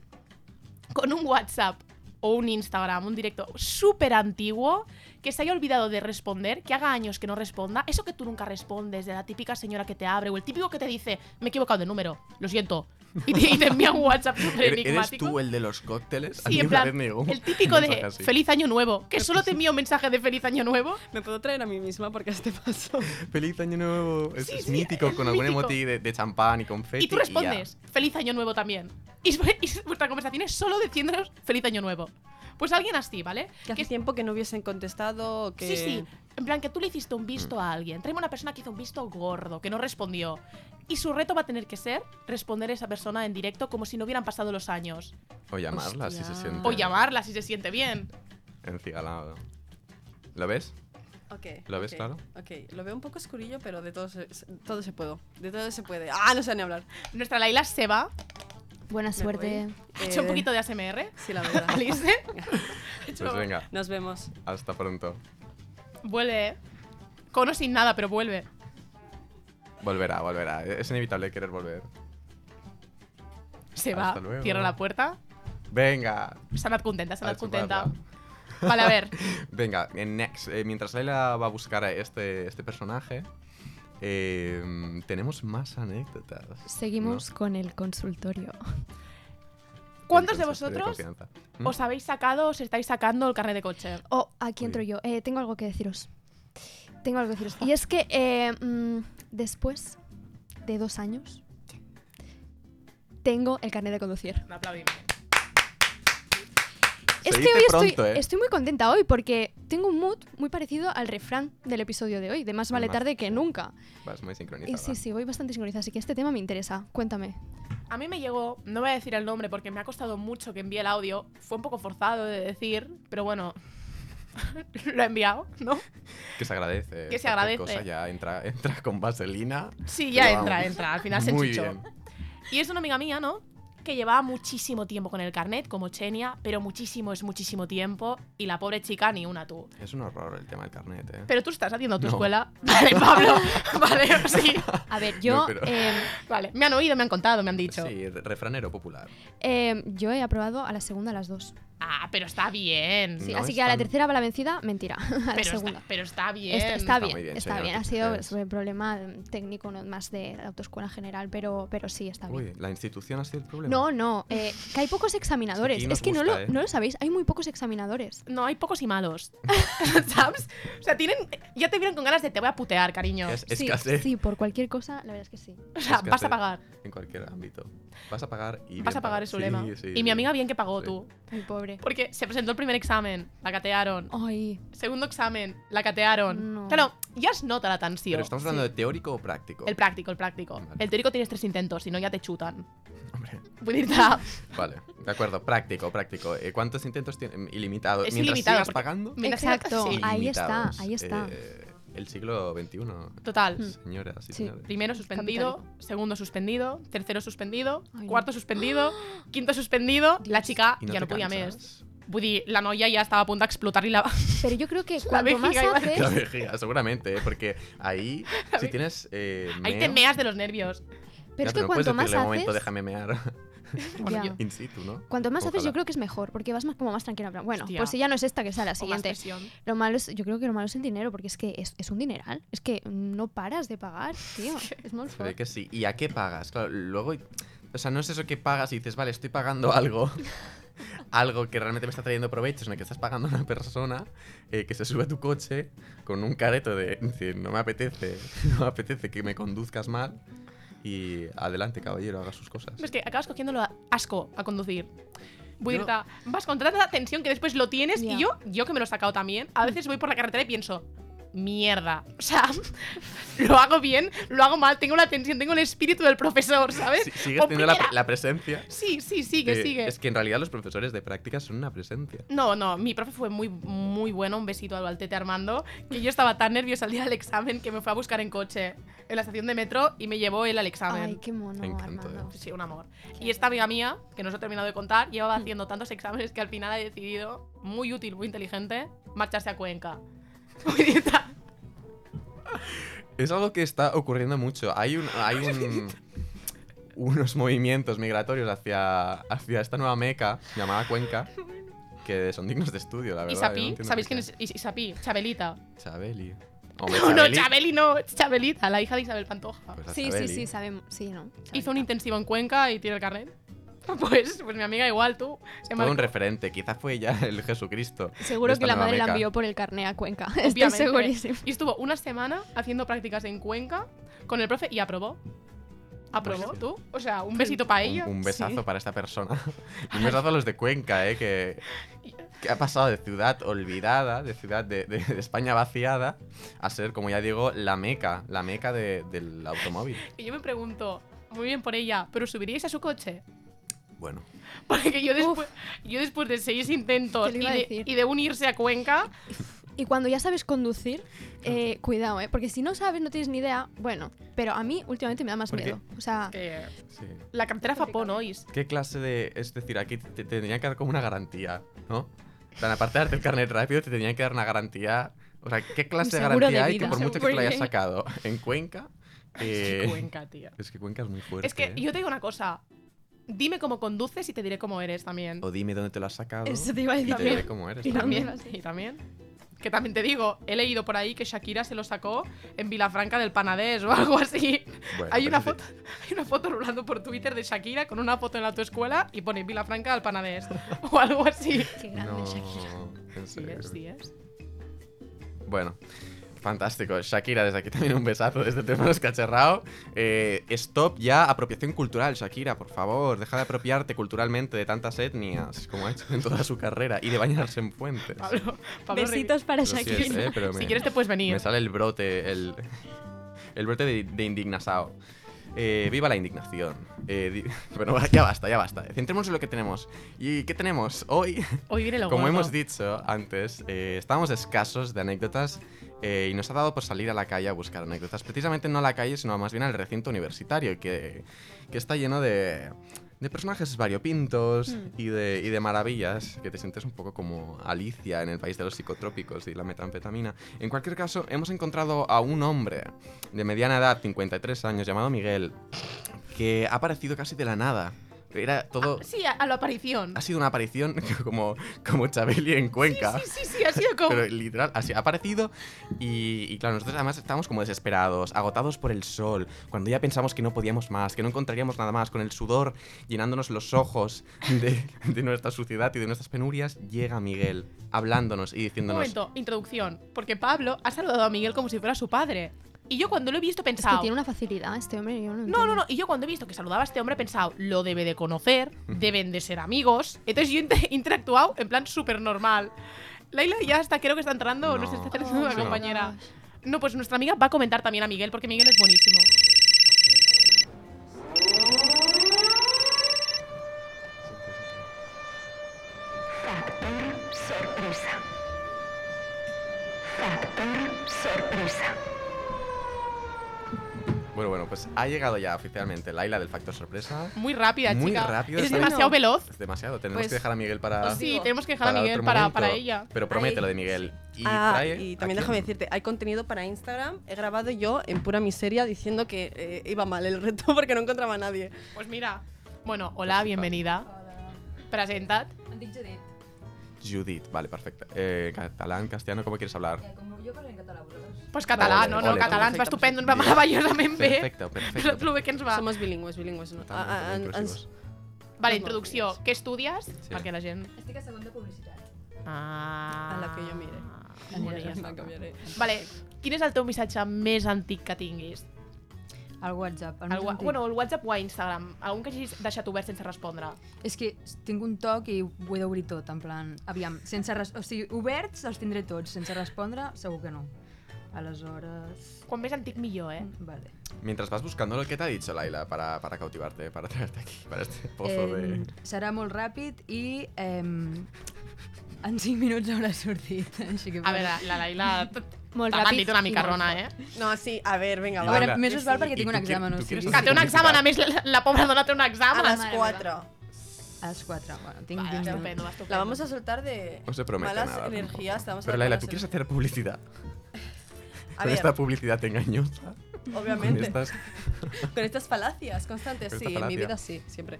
Speaker 5: Con un WhatsApp o un Instagram, un directo súper antiguo, que se haya olvidado de responder, que haga años que no responda, eso que tú nunca respondes, de la típica señora que te abre o el típico que te dice, me he equivocado de número, lo siento, y te, y te envía
Speaker 1: [laughs]
Speaker 5: un WhatsApp súper
Speaker 1: ¿Eres- ¿Eres
Speaker 5: enigmático.
Speaker 1: tú el de los cócteles? A
Speaker 5: Sí,
Speaker 1: mí
Speaker 5: en
Speaker 1: una
Speaker 5: plan,
Speaker 1: vez me llegó un
Speaker 5: el típico
Speaker 1: mensaje
Speaker 5: de
Speaker 1: así.
Speaker 5: feliz año nuevo, que solo te envía un mensaje de feliz año nuevo.
Speaker 6: Ah, ¿Me puedo traer a mí misma porque a este paso?
Speaker 1: Feliz año nuevo. Es,
Speaker 5: Sí,
Speaker 1: es
Speaker 5: sí,
Speaker 1: mítico,
Speaker 5: es
Speaker 1: con algún
Speaker 5: mítico.
Speaker 1: emoti de, de champán y confeti.
Speaker 5: Y tú
Speaker 1: ya.
Speaker 5: respondes, feliz año nuevo también. Y, su- [laughs] y su- vuestra conversación es solo diciéndonos feliz año nuevo. Pues alguien así, ¿vale?
Speaker 6: [laughs] Que hace
Speaker 5: es-
Speaker 6: tiempo que no hubiesen contestado o que...
Speaker 5: Sí, sí. En plan, que tú le hiciste un visto a alguien. Tráeme una persona que hizo un visto gordo, que no respondió. Y su reto va a tener que ser responder a esa persona en directo como si no hubieran pasado los años.
Speaker 1: O llamarla si se
Speaker 6: Hostia.
Speaker 1: siente.
Speaker 5: O llamarla si se siente bien.
Speaker 1: Encigalado. ¿Lo ves?
Speaker 6: Ok,
Speaker 1: ¿Lo ves
Speaker 6: ok,
Speaker 1: claro?
Speaker 6: Ok, lo veo un poco oscurillo, pero de todo se, todo se puedo. De todo se puede. ¡Ah, no sé ni hablar!
Speaker 5: Nuestra Laila se va.
Speaker 7: Buena
Speaker 6: Me voy.
Speaker 7: suerte.
Speaker 5: Ha hecho un
Speaker 6: Eh,
Speaker 5: poquito de ASMR.
Speaker 1: [laughs]
Speaker 6: Sí,
Speaker 5: [laughs]
Speaker 6: la verdad.
Speaker 5: Alice. Ha hecho-
Speaker 1: Pues venga,
Speaker 6: Nos vemos.
Speaker 1: hasta pronto.
Speaker 5: Vuelve. ¿eh? Con o sin nada, pero vuelve.
Speaker 1: Volverá, volverá. Es inevitable querer volver.
Speaker 5: Se
Speaker 1: Hasta
Speaker 5: va,
Speaker 1: luego.
Speaker 5: cierra la puerta.
Speaker 1: Venga.
Speaker 5: Sanad contenta, sanad
Speaker 1: A chuparla.
Speaker 5: contenta. Vale, a ver.
Speaker 1: Venga, eh, next. Eh, mientras Laila va a buscar a este, este personaje, eh, tenemos más anécdotas.
Speaker 7: Seguimos
Speaker 1: ¿no?
Speaker 7: con el consultorio.
Speaker 5: ¿Cuántos de
Speaker 1: Entonces,
Speaker 5: vosotros
Speaker 1: de confianza. ¿Mm?
Speaker 5: os habéis sacado, os estáis sacando el carnet de coche?
Speaker 7: Oh, aquí entro yo. Eh, tengo algo que deciros. Tengo algo que deciros. Y es que eh, mm, después de dos años, tengo el carnet de conducir.
Speaker 5: Un aplaudimiento.
Speaker 1: Se
Speaker 7: es que
Speaker 1: dice
Speaker 7: hoy
Speaker 1: pronto,
Speaker 7: estoy,
Speaker 1: ¿eh?
Speaker 7: estoy muy contenta hoy porque tengo un mood muy parecido al refrán del episodio de hoy, de más vale
Speaker 1: Además,
Speaker 7: tarde que nunca.
Speaker 1: Vas muy sincronizada.
Speaker 7: Y sí, sí, voy bastante sincronizada, así que este tema me interesa. Cuéntame.
Speaker 5: A mí me llegó, no voy a decir el nombre porque me ha costado mucho que envíe el audio, fue un poco forzado de decir, pero bueno, [laughs] lo he enviado, ¿no?
Speaker 1: Que se agradece.
Speaker 5: Que se
Speaker 1: Cualquier
Speaker 5: agradece.
Speaker 1: cosa ya entra, entra con vaselina.
Speaker 5: Sí,
Speaker 1: Pero
Speaker 5: ya
Speaker 1: vamos,
Speaker 5: entra, entra, al final se
Speaker 1: Muy
Speaker 5: enchichó.
Speaker 1: bien.
Speaker 5: Y es una amiga mía, ¿no? Que llevaba muchísimo tiempo con el carnet, como Chenia, pero muchísimo es muchísimo tiempo, y la pobre chica ni una tú.
Speaker 1: Es un horror el tema del carnet, ¿eh?
Speaker 5: Pero tú estás haciendo tu
Speaker 1: No.
Speaker 5: escuela. [laughs] Vale,
Speaker 1: [laughs]
Speaker 5: Pablo. vale, sí.
Speaker 7: A ver, yo,
Speaker 1: No, pero-
Speaker 7: eh,
Speaker 5: Vale, me han oído, me han contado, me han dicho.
Speaker 1: Sí, re- refranero popular.
Speaker 7: eh, yo he aprobado a la segunda a las dos.
Speaker 5: Ah, pero está bien.
Speaker 7: Sí,
Speaker 1: No
Speaker 7: así
Speaker 1: es
Speaker 7: que a la
Speaker 1: tan-
Speaker 7: tercera va la vencida, mentira. [laughs] A la
Speaker 5: Pero
Speaker 7: segunda.
Speaker 5: está, pero está bien.
Speaker 1: Está
Speaker 7: Está, Este, está
Speaker 1: muy
Speaker 7: bien,
Speaker 1: bien,
Speaker 7: está
Speaker 1: señora,
Speaker 7: bien. Ha
Speaker 1: tus
Speaker 7: sido
Speaker 1: ideas.
Speaker 7: sobre el problema mm, técnico, no más de la autoescuela en general, pero, pero sí, está bien.
Speaker 1: Uy, la institución ha sido el problema.
Speaker 7: No, no, eh, que hay pocos examinadores.
Speaker 1: Sí, aquí
Speaker 7: es que
Speaker 1: nos
Speaker 7: no, lo,
Speaker 1: gusta, ¿eh?
Speaker 7: no lo sabéis, hay muy pocos examinadores.
Speaker 5: No, hay pocos y
Speaker 7: [laughs]
Speaker 5: malos. ¿Sabes? O sea, tienen. Ya te vieron con ganas de te voy a putear, cariño.
Speaker 1: Es
Speaker 7: sí,
Speaker 1: escasez
Speaker 7: sí, por cualquier cosa, la verdad es que sí.
Speaker 5: o sea,
Speaker 1: es que
Speaker 5: vas a
Speaker 1: hace-
Speaker 5: pagar.
Speaker 1: en cualquier ámbito. Vas a pagar y.
Speaker 5: Vas
Speaker 1: bien
Speaker 5: a pagar, es su lema.
Speaker 1: Sí, sí,
Speaker 5: y
Speaker 1: sí.
Speaker 5: mi amiga bien que pagó
Speaker 1: Sí.
Speaker 5: tú.
Speaker 7: Muy pobre.
Speaker 5: Porque se presentó el primer examen, la catearon.
Speaker 7: Ay,
Speaker 5: Segundo examen, la catearon.
Speaker 7: Oh. No.
Speaker 5: Claro, ya es nota la tensión.
Speaker 1: Pero estamos hablando de teórico o práctico.
Speaker 5: El práctico, el práctico.
Speaker 1: Vale.
Speaker 5: El teórico tienes tres intentos, si no ya te chutan.
Speaker 1: [laughs] Hombre.
Speaker 5: Voy a irte a-
Speaker 1: Vale, de acuerdo, práctico, práctico. Eh, ¿Cuántos intentos tiene? Ilimitado.
Speaker 5: Es
Speaker 1: Mientras
Speaker 5: ilimitado,
Speaker 1: sigas
Speaker 5: porque-
Speaker 1: pagando.
Speaker 5: Mientras-
Speaker 7: exacto,
Speaker 5: sí.
Speaker 7: ahí está,
Speaker 1: ilimitados.
Speaker 7: ahí está.
Speaker 1: Eh, el siglo XXI.
Speaker 5: Total.
Speaker 7: Hmm.
Speaker 1: Señoras y
Speaker 7: Sí.
Speaker 1: señores.
Speaker 5: Primero suspendido, segundo suspendido, tercero suspendido, cuarto suspendido,
Speaker 7: [gasps]
Speaker 5: quinto suspendido. La chica
Speaker 1: I no
Speaker 5: ja no
Speaker 1: te
Speaker 5: podia
Speaker 1: canses. [laughs]
Speaker 5: més. Vull dir, la noia ja estava a punt d'explotar-li la...
Speaker 7: Pero yo creo que cuanto más
Speaker 5: vejiga iba a
Speaker 7: haces...
Speaker 1: La vejiga, seguramente, ¿eh? porque ahí, si tienes. Eh,
Speaker 5: Ahí te
Speaker 1: meo-
Speaker 5: meas de los nervios.
Speaker 7: Pero
Speaker 1: Ya,
Speaker 7: es que
Speaker 1: no puedes
Speaker 7: cuanto
Speaker 1: decirle,
Speaker 7: más haces... Ah.
Speaker 1: "Un momento, déjame mear
Speaker 7: Ya.
Speaker 1: [laughs] in situ, ¿no?
Speaker 7: Cuanto más haces,
Speaker 1: Ojalá.
Speaker 7: yo creo que es mejor, porque vas más como más tranquilo. Bueno,
Speaker 5: Hostia.
Speaker 7: pues si ya no es esta, que sea la
Speaker 5: O más
Speaker 7: siguiente.
Speaker 5: presión.
Speaker 7: Lo malo es, yo creo que lo malo es el dinero, porque es que es, es un dineral. Es que no paras de pagar, [laughs] tío. Es muy
Speaker 1: Se ve
Speaker 7: fuerte.
Speaker 1: que sí. ¿Y a qué pagas? Claro, luego. O sea, no es eso que pagas y dices, vale, estoy pagando [laughs] algo. algo que realmente me está trayendo provecho, sino que estás pagando a una persona eh, que se sube a tu coche con un careto de decir, no me apetece, [laughs] no me apetece que me conduzcas mal. Y adelante, caballero, haga sus cosas.
Speaker 5: Pero es que acabas cogiéndolo a- asco a conducir. Voy
Speaker 1: Yo-
Speaker 5: a irte a- vas con tanta tensión que después lo tienes
Speaker 7: Ya.
Speaker 5: y yo, yo que me lo he sacado también, a veces voy por la carretera y pienso, mierda, o sea, [laughs] lo hago bien, lo hago mal, tengo la tensión, tengo el espíritu del profesor, ¿sabes?
Speaker 1: Si- sigues
Speaker 5: O
Speaker 1: teniendo la,
Speaker 5: primera-
Speaker 1: la presencia.
Speaker 5: Sí, sí, sigue,
Speaker 1: eh,
Speaker 5: sigue.
Speaker 1: Es que en realidad los profesores de práctica son una presencia.
Speaker 5: No, no, mi profe fue muy, muy bueno, un besito al Altete Armando, que yo estaba tan nerviosa al día del examen que me fue a buscar en coche, en la estación de metro, y me llevó él al examen.
Speaker 7: Ay, qué mono,
Speaker 1: Me encanta,
Speaker 7: Armando.
Speaker 5: Sí, un amor. Y esta amiga mía, que no os he terminado de contar, llevaba
Speaker 1: Mm.
Speaker 5: haciendo tantos exámenes que al final ha decidido, muy útil, muy inteligente, marcharse
Speaker 1: [laughs]
Speaker 5: a Cuenca. Puñeta.
Speaker 1: Es algo que está ocurriendo mucho. Hay un. Hay un- unos movimientos migratorios hacia, hacia esta nueva meca llamada Cuenca que son dignos de estudio, la verdad. yo no
Speaker 5: Isapí,
Speaker 1: entiendo
Speaker 5: ¿sabéis
Speaker 1: por
Speaker 5: quién
Speaker 1: qué.
Speaker 5: es Is- Isapí? Chabelita. [laughs]
Speaker 1: Chabeli. Ah, Pues
Speaker 5: No, no, Chabeli no, es Chabelita, la hija de Isabel Pantoja.
Speaker 7: Sí, sí, sí, sabemos. Sí, no.
Speaker 5: Hizo un intensivo en Cuenca y tiene el carnet. [laughs] Pues, pues mi amiga igual, tú. Se
Speaker 1: Todo un
Speaker 5: marcó-
Speaker 1: referente, quizás fue ya el Jesucristo. de
Speaker 7: Seguro
Speaker 1: esta
Speaker 7: que la
Speaker 1: nueva
Speaker 7: madre la
Speaker 1: meca.
Speaker 7: envió por el carné a Cuenca. [laughs] Estoy
Speaker 5: Obviamente.
Speaker 7: segurísimo.
Speaker 5: Y estuvo una semana haciendo prácticas en Cuenca con el profe y aprobó. ¿Aprobó
Speaker 1: Hostia.
Speaker 5: tú? O sea, un besito para
Speaker 1: Pues, Un,
Speaker 5: ella.
Speaker 1: un besazo para esta
Speaker 5: [laughs]
Speaker 1: persona. [laughs] Y un besazo a los de Cuenca, ¿eh? Que, que ha pasado de ciudad olvidada, de ciudad de, de- de España vaciada, a ser, como ya digo, la meca, la meca de- del automóvil.
Speaker 5: Y yo me pregunto, muy bien por ella, ¿pero subiríais a su coche? [laughs]
Speaker 1: Bueno,
Speaker 5: Porque yo después, yo después de seis intentos
Speaker 7: Te lo
Speaker 5: y
Speaker 7: iba a
Speaker 5: de,
Speaker 7: decir.
Speaker 5: y de unirse a Cuenca,
Speaker 7: Y cuando ya sabes conducir, eh, cuidado, ¿eh? Porque si no sabes, no tienes ni idea. Bueno, pero a mí últimamente me da más
Speaker 1: ¿Por qué?
Speaker 7: miedo. O sea,
Speaker 5: que
Speaker 1: sí.
Speaker 5: eh, la cartera Fapó, ¿no? Y-
Speaker 1: ¿Qué clase de.? Es decir, aquí te, te tendrían que dar como una garantía, ¿no? Tan aparte de darte el carnet rápido, te tenían que dar una garantía. O sea, ¿qué clase de
Speaker 7: seguro de
Speaker 1: garantía hay que
Speaker 7: vida.
Speaker 1: por mucho que te
Speaker 7: Seguro.
Speaker 1: lo hayas sacado en Cuenca?
Speaker 5: Es
Speaker 1: eh,
Speaker 5: que Cuenca, tío.
Speaker 1: es que Cuenca es muy fuerte.
Speaker 5: Es que
Speaker 1: ¿eh?
Speaker 5: yo te digo una cosa. Dime cómo conduces y te diré cómo eres también.
Speaker 1: O dime dónde te lo has sacado.
Speaker 7: eso te iba a
Speaker 1: Y
Speaker 7: decir.
Speaker 1: te diré cómo eres.
Speaker 5: Y
Speaker 1: también.
Speaker 5: también, y también. Que también te digo, he leído por ahí que Shakira se lo sacó en Vilafranca del Panadés o [laughs] algo así.
Speaker 1: Bueno, pues
Speaker 5: hay,
Speaker 1: pero
Speaker 5: una
Speaker 1: sí.
Speaker 5: foto, hay una foto rolando por Twitter de Shakira con una foto en la autoescuela y pone Vilafranca del Panadés [laughs] o algo así.
Speaker 7: Qué grande,
Speaker 1: No,
Speaker 7: Shakira.
Speaker 1: en
Speaker 5: Sí
Speaker 1: serio.
Speaker 5: es, sí es.
Speaker 1: Bueno, fantástico. Shakira, desde aquí también un besazo desde Te hemos cacharrao. Eh, stop ya, apropiación cultural, Shakira, por favor. Deja de apropiarte culturalmente de tantas etnias como ha hecho en toda su carrera y de bañarse en fuentes.
Speaker 5: Pablo, Pablo
Speaker 6: Besitos para
Speaker 1: Lo siento,
Speaker 6: Shakira.
Speaker 1: eh, pero
Speaker 5: Si
Speaker 1: me-
Speaker 5: quieres te puedes venir.
Speaker 1: Me sale el brote, el, el brote de, de indignasao. Eh, viva la indignación. Eh, di- [laughs] bueno, ya basta, ya basta. Centrémonos en lo que tenemos. ¿Y qué tenemos? Hoy
Speaker 5: Hoy viene lo
Speaker 1: Como
Speaker 5: gordo.
Speaker 1: hemos dicho antes, eh, estábamos escasos de anécdotas eh, y nos ha dado por salir a la calle a buscar anécdotas. Precisamente no a la calle, sino más bien al recinto universitario, que, que está lleno de, de personajes variopintos
Speaker 5: Hmm.
Speaker 1: y, de, y de maravillas, que te sientes un poco como Alicia en el país de los psicotrópicos y la metanfetamina. En cualquier caso, hemos encontrado a un hombre de mediana edad, 53 años, llamado Miguel, que ha aparecido casi de la nada. Era todo...
Speaker 5: Sí, a, a la aparición.
Speaker 1: Ha sido una aparición [laughs] como, como Chabeli en Cuenca.
Speaker 5: Sí, sí, sí, ha sido como...
Speaker 1: Pero literal, así ha aparecido y, y claro, nosotros además estábamos como desesperados, agotados por el sol, cuando ya pensamos que no podíamos más, que no encontraríamos nada más, con el sudor llenándonos los ojos
Speaker 5: [laughs]
Speaker 1: de, de nuestra suciedad y de nuestras penurias, llega Miguel hablándonos y
Speaker 5: Un
Speaker 1: diciéndonos...
Speaker 5: momento, introducción. Porque Pablo ha saludado a Miguel como si fuera su padre. Y yo cuando lo he visto he
Speaker 7: Es que
Speaker 5: pensado...
Speaker 7: tiene una facilidad este hombre. yo
Speaker 5: No,
Speaker 7: no,
Speaker 5: no,
Speaker 7: entiendo.
Speaker 5: no. Y yo cuando he visto que saludaba a este hombre he pensado, lo debe de conocer, deben de ser amigos. Entonces yo he inter- interactuado en plan súper normal. Laila ya está, creo que está entrando, no, sé, está
Speaker 1: No.
Speaker 5: entrando una
Speaker 1: Sí, no.
Speaker 7: Ah,
Speaker 5: compañera. No, pues nuestra amiga va a comentar también a Miguel porque Miguel es buenísimo.
Speaker 2: Factor sorpresa. Factor
Speaker 11: sorpresa.
Speaker 1: Bueno, bueno, pues ha llegado ya oficialmente Laila del factor sorpresa.
Speaker 5: Muy rápida,
Speaker 1: Muy
Speaker 5: chica.
Speaker 1: rápido.
Speaker 5: Eres
Speaker 1: está-
Speaker 5: demasiado veloz.
Speaker 1: Es demasiado. Tenemos
Speaker 5: Pues,
Speaker 1: que dejar a Miguel para.
Speaker 5: sí, tenemos que dejar a
Speaker 1: otro
Speaker 5: Miguel para-
Speaker 1: momento.
Speaker 5: para ella.
Speaker 1: Pero promete lo de Miguel. Y
Speaker 6: Ah,
Speaker 1: trae
Speaker 6: y también
Speaker 1: ¿a
Speaker 6: déjame
Speaker 1: quién?
Speaker 6: decirte, hay contenido para Instagram. He grabado yo en pura miseria diciendo que eh, iba mal el reto [laughs] porque no encontraba a nadie.
Speaker 5: Pues mira, bueno, hola, bienvenida. Presentad.
Speaker 1: Judith, vale, perfecto. Eh, catalán, castellano, ¿cómo quieres hablar?
Speaker 5: Pues catalán, no,
Speaker 1: Ole,
Speaker 5: no,
Speaker 1: ole,
Speaker 5: catalán, va
Speaker 1: perfecto,
Speaker 5: estupendo, va
Speaker 1: perfecto.
Speaker 5: maravillosamente. [laughs]
Speaker 1: Perfecto, perfecto.
Speaker 5: Club que ens va.
Speaker 6: Somos bilingües, bilingües. No?
Speaker 1: Totalment,
Speaker 6: Ah, ah,
Speaker 1: totalment
Speaker 6: ah,
Speaker 1: inclusivos.
Speaker 5: Vale, introducció. Què estudies?
Speaker 1: Sí.
Speaker 5: Perquè la gent...
Speaker 11: Estic a segon de publicitat.
Speaker 5: Ah.
Speaker 6: A la que jo mire.
Speaker 5: Bueno, ja
Speaker 6: Aniràs,
Speaker 5: està.
Speaker 6: no canviaré.
Speaker 5: Vale, quin és el teu missatge més antic que tinguis?
Speaker 11: Al WhatsApp. El
Speaker 5: El,
Speaker 11: més
Speaker 5: wa-
Speaker 11: antic.
Speaker 5: bueno, el WhatsApp o a Instagram. Algun que hagis deixat obert sense respondre.
Speaker 11: És que tinc un toc i ho he d'obrir tot, en plan, aviam, sense res... O sigui, oberts els tindré tots, sense respondre segur que no. Aleshores...
Speaker 5: Quan més antic millor,
Speaker 6: Mm.
Speaker 5: eh?
Speaker 11: Vale.
Speaker 1: Mientras vas buscándolo, ¿qué te ha dicho Laila para, para cautivarte, para traerte aquí, para este pozo
Speaker 11: Em,
Speaker 1: de.
Speaker 11: Serà molt ràpid i em, en 5 minuts haurà sortit. [laughs] Així que
Speaker 5: A veure, la Laila...
Speaker 6: [laughs]
Speaker 11: Molt
Speaker 5: t'ha
Speaker 11: ràpid
Speaker 5: patit una
Speaker 11: i
Speaker 5: mica
Speaker 11: molt
Speaker 5: rona,
Speaker 11: fort.
Speaker 5: eh?
Speaker 6: No, sí, a ver, venga,
Speaker 11: A
Speaker 6: va.
Speaker 11: veure, més us val
Speaker 1: I
Speaker 11: perquè tinc
Speaker 1: tu
Speaker 11: un
Speaker 1: qui-
Speaker 11: examen, o
Speaker 1: tu quieres
Speaker 11: sigui...
Speaker 5: Que té un examen, a més, la, la pobra dona té un
Speaker 6: A
Speaker 5: examen.
Speaker 6: las 4.
Speaker 11: A les 4, bueno, tinc
Speaker 5: Vale,
Speaker 11: 20
Speaker 5: estupendo,
Speaker 11: minuts.
Speaker 5: estupendo.
Speaker 6: La vamos a soltar de
Speaker 1: No se promete
Speaker 6: malas
Speaker 1: nada.
Speaker 6: energías. la vamos a
Speaker 1: Pero
Speaker 6: dar
Speaker 1: Laila,
Speaker 6: malas
Speaker 1: ¿tú quieres
Speaker 6: energías.
Speaker 1: hacer publicidad?
Speaker 6: A
Speaker 1: Con
Speaker 6: ver,
Speaker 1: esta publicidad engañosa. Con
Speaker 6: obviamente.
Speaker 1: estas.
Speaker 6: Con estas falacias constantes,
Speaker 1: Con
Speaker 6: sí,
Speaker 1: esta
Speaker 6: en mi
Speaker 1: falacia.
Speaker 6: vida sí, siempre.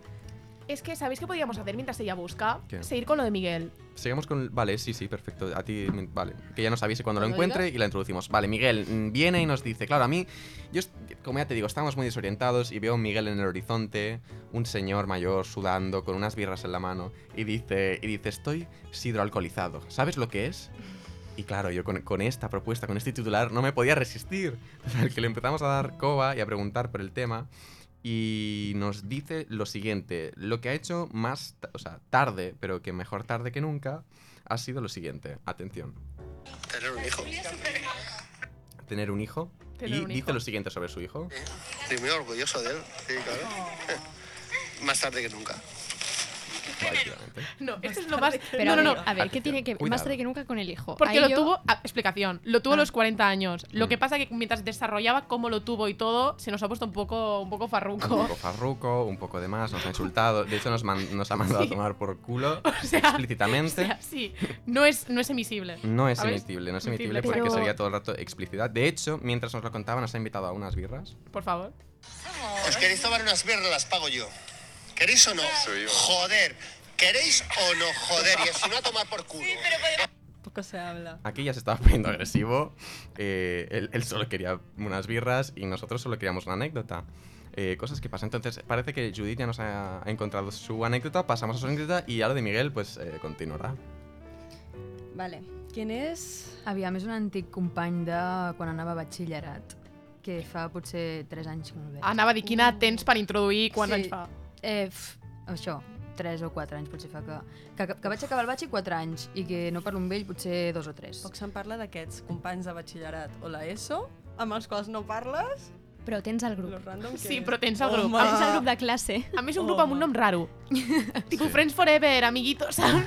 Speaker 5: Es que, ¿sabéis qué podríamos hacer mientras ella busca?
Speaker 1: ¿Qué?
Speaker 5: Seguir con lo de Miguel.
Speaker 1: Sigamos con. Vale, sí, sí, perfecto. A ti, mm, vale. Que ya nos avise cuando lo
Speaker 6: Cuando
Speaker 1: encuentre y la introducimos. Vale, Miguel mm, viene y nos dice, claro, a mí, yo, est- como ya te digo, estamos muy desorientados y veo a Miguel en el horizonte, un señor mayor sudando con unas birras en la mano y dice, y dice, estoy sidroalcoholizado. ¿Sabes lo que es? Y claro, yo con, con esta propuesta, con este titular, no me podía resistir. [laughs] Al que le empezamos a dar coba y a preguntar por el tema. Y nos dice lo siguiente, lo que ha hecho más, ta- o sea, tarde, pero que mejor tarde que nunca, ha sido lo siguiente. Atención.
Speaker 2: Tener un hijo.
Speaker 1: Tener un hijo.
Speaker 5: Tener
Speaker 1: y
Speaker 5: un
Speaker 1: dice
Speaker 5: hijo.
Speaker 1: lo siguiente sobre su hijo.
Speaker 2: Estoy muy orgulloso de él. Sí, claro. Más tarde que nunca.
Speaker 1: prácticamente.
Speaker 5: [laughs] No, esto es lo más.
Speaker 7: Pero
Speaker 5: no,
Speaker 7: a
Speaker 5: no,
Speaker 7: ver,
Speaker 5: no.
Speaker 7: a ver, ¿qué
Speaker 1: Atención,
Speaker 7: tiene que ver?
Speaker 1: cuidado.
Speaker 7: Más tarde que nunca con el hijo.
Speaker 5: Porque
Speaker 7: Ahí
Speaker 5: lo
Speaker 7: yo-
Speaker 5: tuvo. ah, explicación. Lo tuvo a
Speaker 7: Ah.
Speaker 5: los 40 años. Lo
Speaker 1: Mm.
Speaker 5: que pasa que mientras desarrollaba cómo lo tuvo y todo, se nos ha puesto un poco, un poco
Speaker 1: Un
Speaker 5: farruco.
Speaker 1: poco farruco, un poco de más, nos ha insultado. De hecho, nos, man- nos ha mandado a tomar por culo
Speaker 5: [laughs] O sea, [laughs] O
Speaker 1: explícitamente.
Speaker 5: sea, sí. No es, no es emisible.
Speaker 1: No es
Speaker 5: ¿Sabes?
Speaker 1: emitible, no es
Speaker 5: Emitible,
Speaker 1: emitible porque
Speaker 7: pero-
Speaker 1: sería todo el rato explicidad. De hecho, mientras nos lo contaba, nos ha invitado a unas birras.
Speaker 5: Por favor.
Speaker 2: ¿Os Pues queréis tomar unas birras? Las pago yo. ¿Queréis o no? Joder. ¿Queréis o no? Joder. Y si no, a tomar por culo.
Speaker 6: Poco se habla.
Speaker 1: Aquí ya se estaba [laughs] poniendo agresivo. eh, él, él solo quería unas birras y nosotros solo queríamos una anécdota. Eh, cosas que pasan. Entonces, parece que Judith ya nos ha, ha encontrado su anécdota, pasamos a su anécdota y ya lo de Miguel, pues eh, continuará.
Speaker 6: Vale. ¿Quién es?
Speaker 11: Aviam, és un antic company de quan anava a batxillerat, que fa potser 3 anys que no el veig.
Speaker 5: Anava a dir quina tens per introduir quants
Speaker 11: Sí.
Speaker 5: anys fa.
Speaker 11: Eh, f, això, 3 o 4 anys potser fa que, que, que vaig acabar el batxi 4 anys i que no parlo amb ell potser 2 o 3.
Speaker 6: Poc se'n parla d'aquests companys de batxillerat o la ESO, amb els quals no parles,
Speaker 7: Però tens el grup.
Speaker 6: los random que...
Speaker 5: Sí, però tens el grup.
Speaker 6: Home.
Speaker 7: Tens el grup de classe.
Speaker 5: A més, un
Speaker 6: Oh,
Speaker 5: grup amb un nom [laughs] raro. Tipo Friends Forever, amiguitos, [laughs] saps?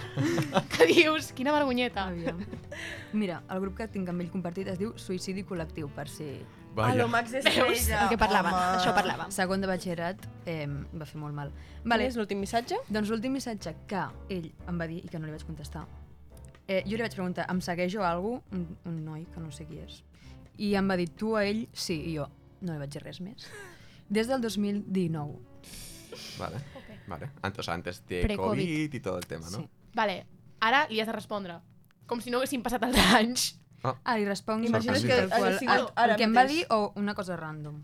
Speaker 5: Que dius, quina vergonyeta.
Speaker 11: Aviam. Mira, el grup que tinc amb ell compartit es diu Suïcidi Col·lectiu, per si...
Speaker 6: A
Speaker 1: Vaya.
Speaker 6: lo Max Estrella.
Speaker 7: El que parlàvem,
Speaker 6: home.
Speaker 7: això parlàvem.
Speaker 11: Segon de batxillerat eh, va fer molt mal.
Speaker 6: Quin
Speaker 11: Vale,
Speaker 6: és l'últim missatge?
Speaker 11: doncs l'últim missatge que ell em va dir i que no li vaig contestar. Eh, jo li vaig preguntar, em segueix o algú? Un, un noi que no sé qui és. I em va dir, tu a ell, sí, i jo no li vaig dir res més. Des del 2019.
Speaker 1: Vale. Vale. Antes, o sea, antes de COVID.
Speaker 7: Pre-COVID.
Speaker 1: y todo el tema, ¿no?
Speaker 11: Sí.
Speaker 5: Vale, ara li has de respondre. Com si no haguessin passat els anys.
Speaker 11: Ah, li responc
Speaker 1: Imagines
Speaker 11: sí,
Speaker 1: que
Speaker 11: tal
Speaker 6: hagi
Speaker 11: qual,
Speaker 6: sigut
Speaker 11: el-
Speaker 6: ara
Speaker 11: el que em va
Speaker 6: mateix.
Speaker 11: dir o una cosa random.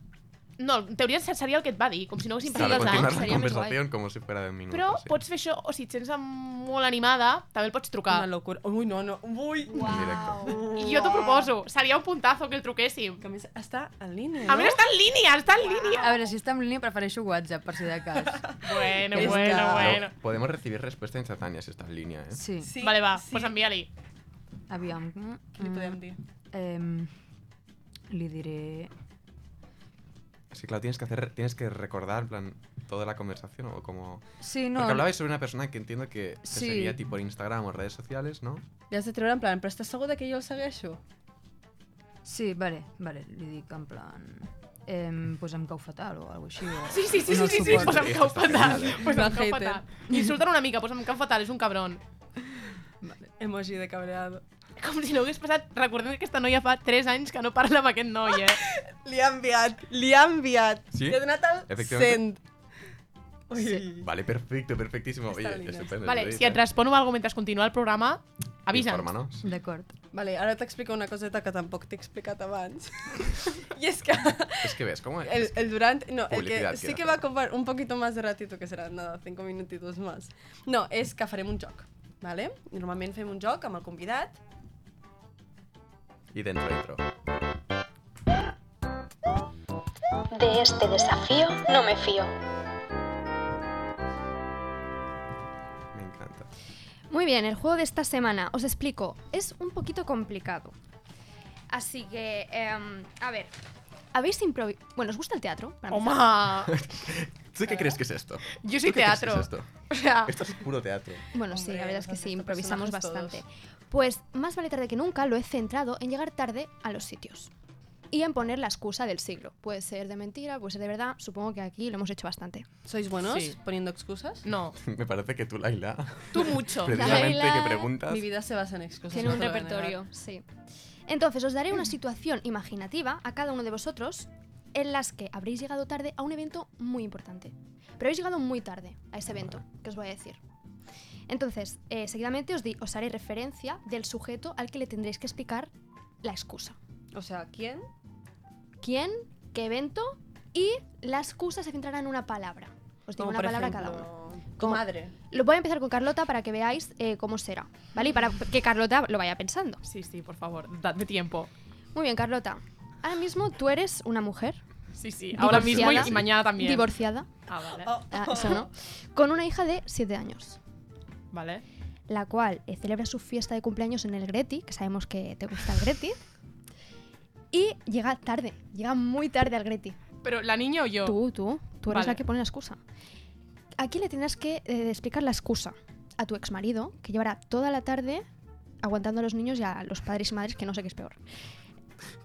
Speaker 5: No, en teoria seria el que et va dir, com si no haguessin
Speaker 1: Claro,
Speaker 5: passat els
Speaker 1: continuar
Speaker 5: anys.
Speaker 1: la
Speaker 7: sería muy guay.
Speaker 1: conversación como si fuera de un minuto.
Speaker 5: Però
Speaker 1: sí.
Speaker 5: pots fer això, o si et sents em- molt animada, també el pots trucar.
Speaker 6: Una locura. Ui, no, no. Ui.
Speaker 1: En directo.
Speaker 5: I jo t'ho proposo, seria un puntazo que el truquéssim.
Speaker 6: Que a més està en línia,
Speaker 5: A més, està en línia, està en línia.
Speaker 11: A veure, si està en línia prefereixo WhatsApp, per si de cas.
Speaker 6: [laughs]
Speaker 5: Bueno,
Speaker 6: És
Speaker 5: bueno,
Speaker 6: que-
Speaker 5: bueno.
Speaker 1: Pero podemos recibir respuesta instantánea si está en línea, ¿eh?
Speaker 11: Sí,
Speaker 6: Sí,
Speaker 5: Vale, va,
Speaker 6: sí.
Speaker 5: pues envia-li.
Speaker 11: aviam.
Speaker 6: Què li podem dir?
Speaker 11: Eh, li diré...
Speaker 1: Es que, claro, tienes que, hacer, tienes que recordar en plan, toda la conversación o como...
Speaker 11: Sí, no,
Speaker 1: Porque hablabais sobre una persona que entiendo que te
Speaker 11: Sí.
Speaker 1: seguía tipo en Instagram o redes sociales, ¿no?
Speaker 6: Li has de treure en plan, però estàs segur de que jo el segueixo?
Speaker 11: Sí, vale, vale, li dic en plan... Em, pues em cau fatal o alguna així. O,
Speaker 5: Sí, sí, sí,
Speaker 11: o
Speaker 5: sí,
Speaker 11: no
Speaker 5: sí, sí,
Speaker 11: suporto.
Speaker 5: pues em cau fatal. Pues em cau fatal. Insultar una mica, pues em cau fatal, és un cabrón.
Speaker 6: Emoji de cabreado.
Speaker 5: Com si no hagués passat, recordem que aquesta noia fa 3 anys que no parla amb aquest noi, eh?
Speaker 6: Li ha enviat, li ha enviat.
Speaker 1: Sí,
Speaker 6: Li ha donat el send.
Speaker 1: efectivamente. Vale, perfecto, perfectísimo. Oye, estupendo.
Speaker 5: Vale,
Speaker 1: Judith,
Speaker 5: si et
Speaker 1: eh.
Speaker 5: respono algo mentre continua el programa, avisa'ns.
Speaker 1: Infórmanos.
Speaker 11: D'acord.
Speaker 6: Vale, ara t'explico una coseta que tampoc t'he explicat abans. [laughs] I és que
Speaker 1: Es que ves, ¿cómo
Speaker 7: [laughs]
Speaker 1: es?
Speaker 6: el, el Durant, no, el
Speaker 1: Publicidad,
Speaker 6: que sí
Speaker 1: quiero
Speaker 6: que va a ocupar un poquito más de ratito, que serà nada, 5 minutitos más. No, és que farem un joc, vale? Normalment fem un joc amb el convidat.
Speaker 1: Y dentro, dentro.
Speaker 8: De este desafío no me fío.
Speaker 1: Me encanta.
Speaker 7: Muy bien, el juego de esta semana, os explico, es un poquito complicado. Así que, em, a ver, ¿habéis improvisado? Bueno, ¿os gusta el teatro?
Speaker 5: Oh,
Speaker 7: Para empezar.
Speaker 5: Home!
Speaker 1: ¿Tú qué crees que es esto?
Speaker 7: Yo soy
Speaker 1: ¿Tú qué crees que
Speaker 7: teatro. Ah.
Speaker 1: es esto?
Speaker 7: O sea,
Speaker 1: Esto es puro teatro.
Speaker 7: Bueno, sí, la verdad es que sí, improvisamos
Speaker 5: personajes
Speaker 7: bastante. Pues más vale tarde que nunca lo he centrado en llegar tarde a los sitios y en poner la excusa del siglo. Puede ser de mentira, puede ser de verdad, supongo que aquí lo hemos hecho bastante.
Speaker 6: ¿Sois buenos poniendo excusas?
Speaker 5: No.
Speaker 1: Me parece que tú, Laila.
Speaker 5: Tú
Speaker 1: [laughs]
Speaker 5: mucho.
Speaker 1: Precisamente que preguntas.
Speaker 6: Mi vida se basa en excusas.
Speaker 7: Tiene
Speaker 6: no
Speaker 7: un
Speaker 6: te lo voy a negar.
Speaker 7: repertorio, sí. Entonces,
Speaker 6: [clears throat]
Speaker 7: os daré una situación imaginativa a cada uno de vosotros en las que habréis llegado tarde a un evento muy importante. Pero habéis llegado muy tarde a ese evento, que os voy a decir. Entonces, eh, seguidamente os, di- os haré referencia del sujeto al que le tendréis que explicar la excusa.
Speaker 6: O sea, ¿quién?
Speaker 7: ¿Quién? ¿Qué evento? Y la excusa se centrará en una palabra. Os digo
Speaker 6: Como
Speaker 7: una
Speaker 6: por
Speaker 7: palabra
Speaker 6: ejemplo,
Speaker 7: cada uno.
Speaker 6: tu
Speaker 7: Como-
Speaker 6: madre.
Speaker 7: Lo voy a empezar con Carlota para que veáis eh, cómo será, ¿vale? Y para que Carlota lo vaya pensando.
Speaker 5: Sí, sí, por favor, dadme tiempo.
Speaker 7: Muy bien, Carlota. Ahora mismo tú eres una mujer.
Speaker 5: Sí, sí, ahora mismo
Speaker 7: divorciada-
Speaker 5: y mañana también.
Speaker 7: Divorciada.
Speaker 5: Ah, vale.
Speaker 6: Oh.
Speaker 5: [laughs]
Speaker 7: Ah, eso no. Con una hija de 7 años,
Speaker 5: Vale.
Speaker 7: la cual eh, celebra su fiesta de cumpleaños en el Greti, que sabemos que te gusta el Greti. Y llega tarde, llega muy tarde al Greti.
Speaker 5: Pero la niña o yo.
Speaker 7: Tú, tú, tú eres
Speaker 5: Oh.
Speaker 7: la
Speaker 5: Vale.
Speaker 7: que pone la excusa. Aquí le tendrás que eh, explicar la excusa a tu exmarido, que llevará toda la tarde aguantando a los niños y a los padres y madres, que no sé qué es peor.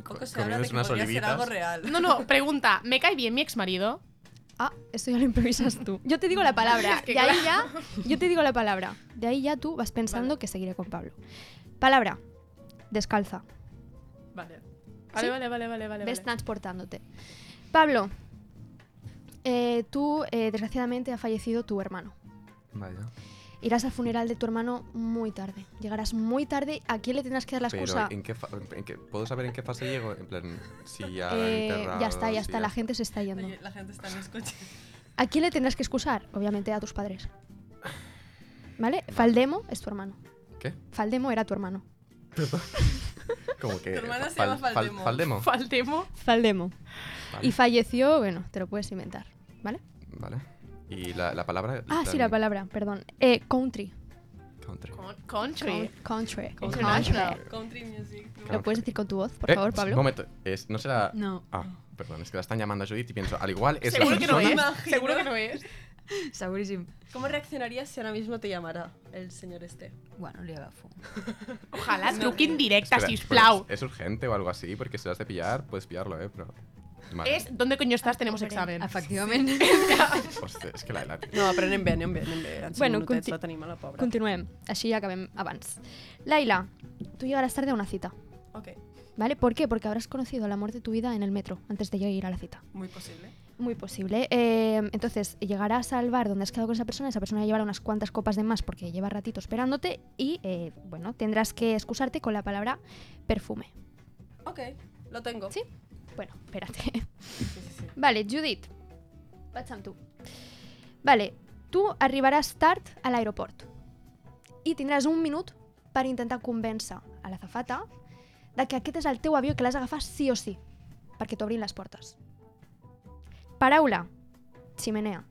Speaker 6: Poco
Speaker 1: se habla de que Comiéndose unas podría ser olivitas. algo real.
Speaker 5: No, no, pregunta, ¿me cae bien mi exmarido?
Speaker 7: Ah, esto ya lo improvisas tú. Yo te digo la
Speaker 5: [laughs]
Speaker 7: palabra.
Speaker 5: Es que
Speaker 7: de ahí
Speaker 5: claro.
Speaker 7: ya, yo te digo la palabra. De ahí ya tú vas pensando que seguiré con Pablo. Palabra. Descalza.
Speaker 5: Vale. Vale,
Speaker 7: ¿Sí?
Speaker 5: vale, vale, vale, vale.
Speaker 7: Ves
Speaker 5: vale.
Speaker 7: transportándote. Pablo, eh, tú eh, desgraciadamente ha fallecido tu hermano.
Speaker 1: Vaya.
Speaker 7: Irás al funeral de tu hermano muy tarde. Llegarás muy tarde. ¿A quién le tendrás que dar la excusa? Eh,
Speaker 1: Pero, ¿en qué, fa- en qué- ¿puedo saber en qué fase llego? En plan, si ya. han
Speaker 7: Eh,
Speaker 1: enterrado,
Speaker 7: ya está, ya
Speaker 1: si
Speaker 7: está. La gente se está yendo.
Speaker 6: Oye, la gente está en escucha.
Speaker 7: ¿A quién le tendrás que excusar? Obviamente a tus padres. ¿Vale? Faldemo es tu hermano.
Speaker 1: ¿Qué?
Speaker 7: Faldemo era tu hermano.
Speaker 1: Como que.
Speaker 7: [laughs] Tu hermana se
Speaker 1: fal-
Speaker 7: llama
Speaker 1: fal-
Speaker 7: Faldemo.
Speaker 1: Faldemo.
Speaker 5: Faldemo.
Speaker 7: Faldemo.
Speaker 1: Vale.
Speaker 7: Y falleció, bueno, te lo puedes inventar. ¿Vale?
Speaker 1: Vale. ¿Y la, la palabra?
Speaker 7: Ah, sí,
Speaker 1: palabra.
Speaker 7: la palabra, perdón. Eh, country.
Speaker 1: Country.
Speaker 7: eh.
Speaker 5: Country.
Speaker 7: Country.
Speaker 5: International.
Speaker 6: [laughs]
Speaker 7: Country.
Speaker 6: Country music.
Speaker 7: ¿Lo puedes decir con tu voz, por
Speaker 1: Eh,
Speaker 7: favor,
Speaker 1: sí,
Speaker 7: Pablo?
Speaker 1: Eh, Un momento, es- no será.
Speaker 7: No.
Speaker 1: Ah, perdón, es que la están llamando a Judith y pienso, al igual es la
Speaker 5: Seguro que no
Speaker 1: persona-
Speaker 5: es. Seguro que no es.
Speaker 11: Seguríssim.
Speaker 6: ¿Cómo reaccionarías si ahora mismo te llamara el señor este?
Speaker 11: Bueno, le agafo.
Speaker 5: Ojalá, truque indirecta,
Speaker 1: Espera,
Speaker 5: sisplau.
Speaker 1: pues, ¿Es urgente o algo así? Porque si lo has de pillar, puedes pillarlo, ¿eh? Pero... Vale.
Speaker 5: Es ¿dónde coño estás? Tenemos examen.
Speaker 11: Efectivamente.
Speaker 1: Hòstia, és Pues, que la Ela...
Speaker 6: No, però anem bé, anem bé, anem bé. En cinc
Speaker 7: Bueno,
Speaker 6: minutets
Speaker 7: conti-
Speaker 6: la tenim a la pobra.
Speaker 7: Continuem. Así ya acabem avance. Laila, tú llegarás tarde a una cita.
Speaker 6: Ok,
Speaker 7: ¿Vale? ¿Por qué? Porque habrás conocido el amor de tu vida en el metro antes de yo ir a la cita.
Speaker 6: muy posible.
Speaker 7: Muy posible. Eh, entonces, llegarás al bar donde has quedado con esa persona, esa persona llevará unas cuantas copas de más porque lleva ratito esperándote y, eh, bueno, tendrás que excusarte con la palabra perfume.
Speaker 6: Ok, lo tengo.
Speaker 7: ¿Sí? Bueno, espérate. Vale, Judith. Vaig amb tu. Vale, tu arribaràs tard a l'aeroport i tindràs un minut per intentar convèncer a la zafata de que aquest és el teu avió i que l'has d'agafar sí o sí, perquè t'obrin les portes. Paraula. Ximenea.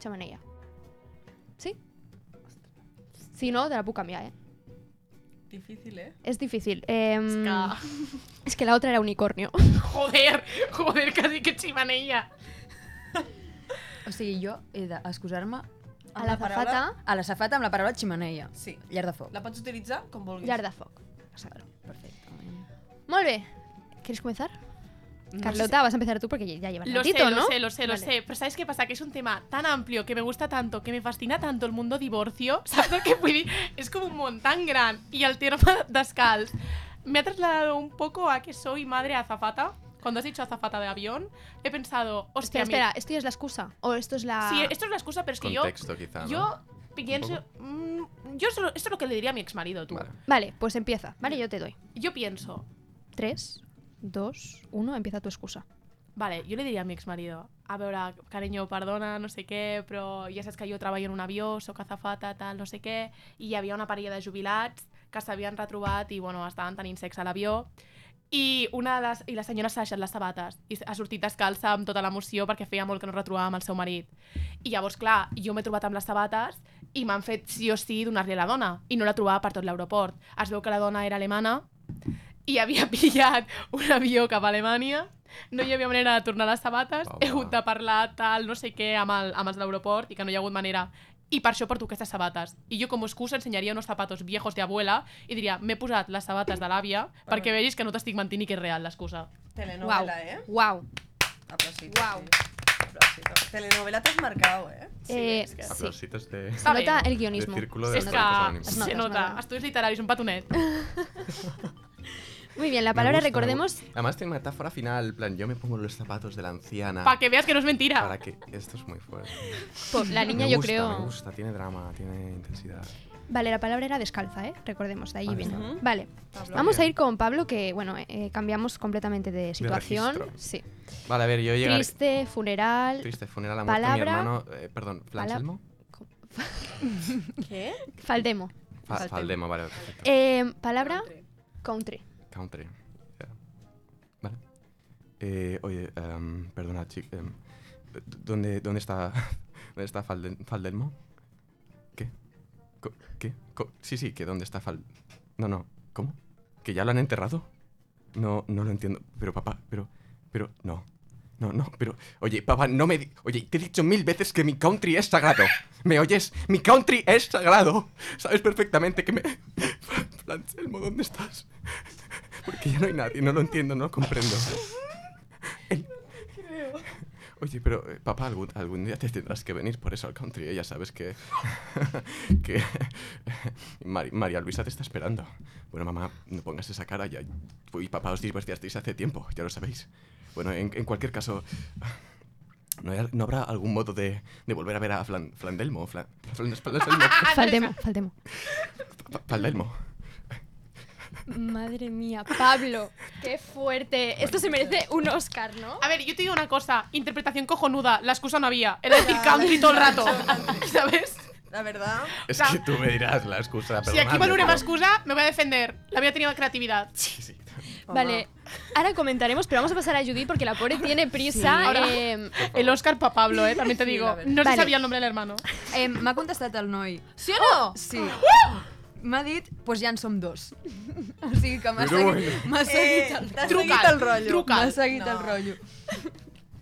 Speaker 7: Xemeneia. Sí? Si no, te la puc canviar, eh?
Speaker 6: Difícil, ¿eh?
Speaker 7: És difícil. Eh, és que la otra era unicornio.
Speaker 5: Joder, joder, casi que chimanella.
Speaker 11: O sigui, jo he d'excusar-me
Speaker 7: A la zafata.
Speaker 11: a la safata amb la paraula ximeneia.
Speaker 6: Sí.
Speaker 11: Llar de foc.
Speaker 6: La pots utilitzar com vulguis.
Speaker 7: Llar de foc. Exacte.
Speaker 11: Perfecte.
Speaker 7: Molt bé. ¿Quieres comenzar?
Speaker 5: No sé
Speaker 7: Carlota,
Speaker 5: si-
Speaker 7: vas a empezar tú porque ya llevas
Speaker 5: Lo sé,
Speaker 7: ratito,
Speaker 5: lo
Speaker 7: ¿no?
Speaker 5: sé, lo sé, lo
Speaker 7: Vale.
Speaker 5: sé. Pero ¿sabes qué pasa? Que es un tema tan amplio, que me gusta tanto, que me fascina tanto el mundo divorcio. [laughs] ¿Sabes lo que vull dir? És com un món tan gran y el tema descalç. Me ha trasladado un poco a que soy madre azafata. Cuando has dicho azafata de avión, he pensado, hostia, mi-
Speaker 7: Espera, espera, ah. ¿esto ya es la excusa? ¿O esto es la...?
Speaker 5: Sí, esto es la excusa, pero es que yo.
Speaker 1: Contexto, quizá, ¿no?
Speaker 5: Yo pienso. mm, yo solo, esto es lo que le diría a mi ex marido, tú.
Speaker 7: Vale, pues empieza. Vale, yo te doy.
Speaker 5: Yo pienso,
Speaker 7: Tres, dos, uno, empieza tu excusa.
Speaker 5: Vale, yo le diría a mi exmarido, a veure, cariño, perdona, no sé què, però ja saps que jo treballo en un avió, sóc azafata, tal, no sé què, i hi havia una parella de jubilats que s'havien retrobat i, bueno, estaven tenint sexe a l'avió, i, una de les, i la senyora s'ha deixat les sabates i ha sortit descalça amb tota l'emoció perquè feia molt que no es retrobava amb el seu marit. I llavors, clar, jo m'he trobat amb les sabates i m'han fet sí o sí donar-li a la dona i no la trobava per tot l'aeroport. Es veu que la dona era alemana i havia [laughs] pillat un avió cap a Alemanya no hi havia manera de tornar les sabates, he hagut de parlar tal, no sé què, amb, el, amb els d'aeroport i que no hi ha hagut manera. I per això porto aquestes sabates. I jo com a excusa ensenyaria uns zapatos viejos de abuela i diria, m'he posat les sabates de l'àvia perquè vegis que no t'estic mentint i que és real l'excusa.
Speaker 12: Telenovela, ¿eh?
Speaker 7: Wow.
Speaker 12: Aplausito. Wow. Aplausito. Telenovela te has marcado, ¿eh?
Speaker 7: Eh,
Speaker 12: es que-
Speaker 7: sí.
Speaker 1: Aplausitos de...
Speaker 7: Se nota el guionismo.
Speaker 1: De círculo de
Speaker 5: Se
Speaker 1: Alcohólicos
Speaker 5: nota,
Speaker 1: Anónimos.
Speaker 5: se nota. Estudis literaris, un patonet.
Speaker 7: Muy bien, la
Speaker 1: Me
Speaker 7: palabra
Speaker 1: gusta, me
Speaker 7: recordemos...
Speaker 1: gusta. Además tiene metáfora final, en plan, yo me pongo los zapatos de la anciana.
Speaker 5: Pa' que veas que no es mentira.
Speaker 1: Para que esto es muy fuerte.
Speaker 7: Po- la niña
Speaker 1: Me
Speaker 7: yo
Speaker 1: gusta,
Speaker 7: creo-
Speaker 1: Me gusta, tiene drama, tiene intensidad.
Speaker 7: Vale, la palabra era descalza, ¿eh? Recordemos, de ahí
Speaker 1: Ahí
Speaker 7: viene.
Speaker 1: está. Ujú.
Speaker 7: Vale.
Speaker 1: Pablo.
Speaker 7: Vamos a
Speaker 1: Bien.
Speaker 7: ir con Pablo, que, bueno, eh, eh, cambiamos completamente de situación.
Speaker 1: registro.
Speaker 7: sí.
Speaker 1: Vale, a ver, yo llegaré.
Speaker 7: Triste, funeral...
Speaker 1: Triste, funeral a muerte, mi
Speaker 7: palabra-
Speaker 1: hermano. eh, perdón,
Speaker 7: Pala-
Speaker 1: Flanselmo.
Speaker 7: ¿Qué? Faldemo.
Speaker 1: Fa- Faldemo, vale, perfecto.
Speaker 7: Eh, palabra country.
Speaker 1: Country. Ya. Vale. Eh, oye, em, perdona, chico. ¿dónde, ¿Dónde está, [laughs] dónde está Falde- Faldelmo? ¿Qué? Co- ¿Qué? Co- sí, sí, que ¿dónde está Fal... No, no. ¿Cómo? ¿Que ya lo han enterrado? No, no lo entiendo. Pero papá, pero... Pero no. No, no, pero... Oye, papá, no me... di- Oye, te he dicho mil veces que mi country es sagrado. ¿Me oyes? Mi country es sagrado. Sabes perfectamente que me... [laughs] Anselmo, ¿dónde estás? Porque ya no hay nadie, no lo entiendo, no lo comprendo. Oye, pero eh, papá, algún, algún día te tendrás que venir por eso al country, ¿eh? ya sabes que... [laughs] que [laughs] Mari- María Luisa te está esperando. Bueno, mamá, no pongas esa cara, ya... Uy, papá, os divorciasteis hace tiempo, ya lo sabéis. Bueno, en, en cualquier caso... [sighs] ¿No, hay- no habrá algún modo de, de volver a ver a Flan- Flandelmo? Flan- Flan- Flandelmo.
Speaker 7: [laughs] Faldemo, Faldemo.
Speaker 1: Pa- Flandelmo.
Speaker 7: Madre mía, Pablo, qué fuerte. Esto se merece un Oscar, ¿no?
Speaker 5: A ver, yo te digo una cosa, interpretación cojonuda, la excusa no había. Era decir country todo el
Speaker 7: [laughs]
Speaker 5: rato, ¿sabes?
Speaker 12: La verdad.
Speaker 1: Es que tú me dirás la excusa,
Speaker 5: Si aquí
Speaker 1: perdonadme,
Speaker 5: vale una
Speaker 1: pero-
Speaker 5: excusa, me voy a defender. La había tenido creatividad.
Speaker 7: Vale, ahora comentaremos, pero vamos a pasar a Judith porque la pobre tiene prisa.
Speaker 5: Ahora,
Speaker 7: eh,
Speaker 5: [laughs] el Oscar para Pablo, eh, también te
Speaker 7: Sí,
Speaker 5: digo.
Speaker 7: la verdad.
Speaker 5: No se
Speaker 7: Vale.
Speaker 5: sabía el nombre del hermano.
Speaker 11: Eh, M'ha contestat el noi.
Speaker 12: Sí o no?
Speaker 11: Sí. [gasps] M'ha dit, doncs pues ja en som dos. [laughs] O sigui que m'ha
Speaker 12: Però
Speaker 11: seguit,
Speaker 12: bueno.
Speaker 11: m'ha
Speaker 12: Eh,
Speaker 11: seguit el
Speaker 12: t'ha
Speaker 11: rotllo.
Speaker 12: seguit el rotllo. Truca'l.
Speaker 11: M'ha seguit
Speaker 12: No.
Speaker 11: el rotllo.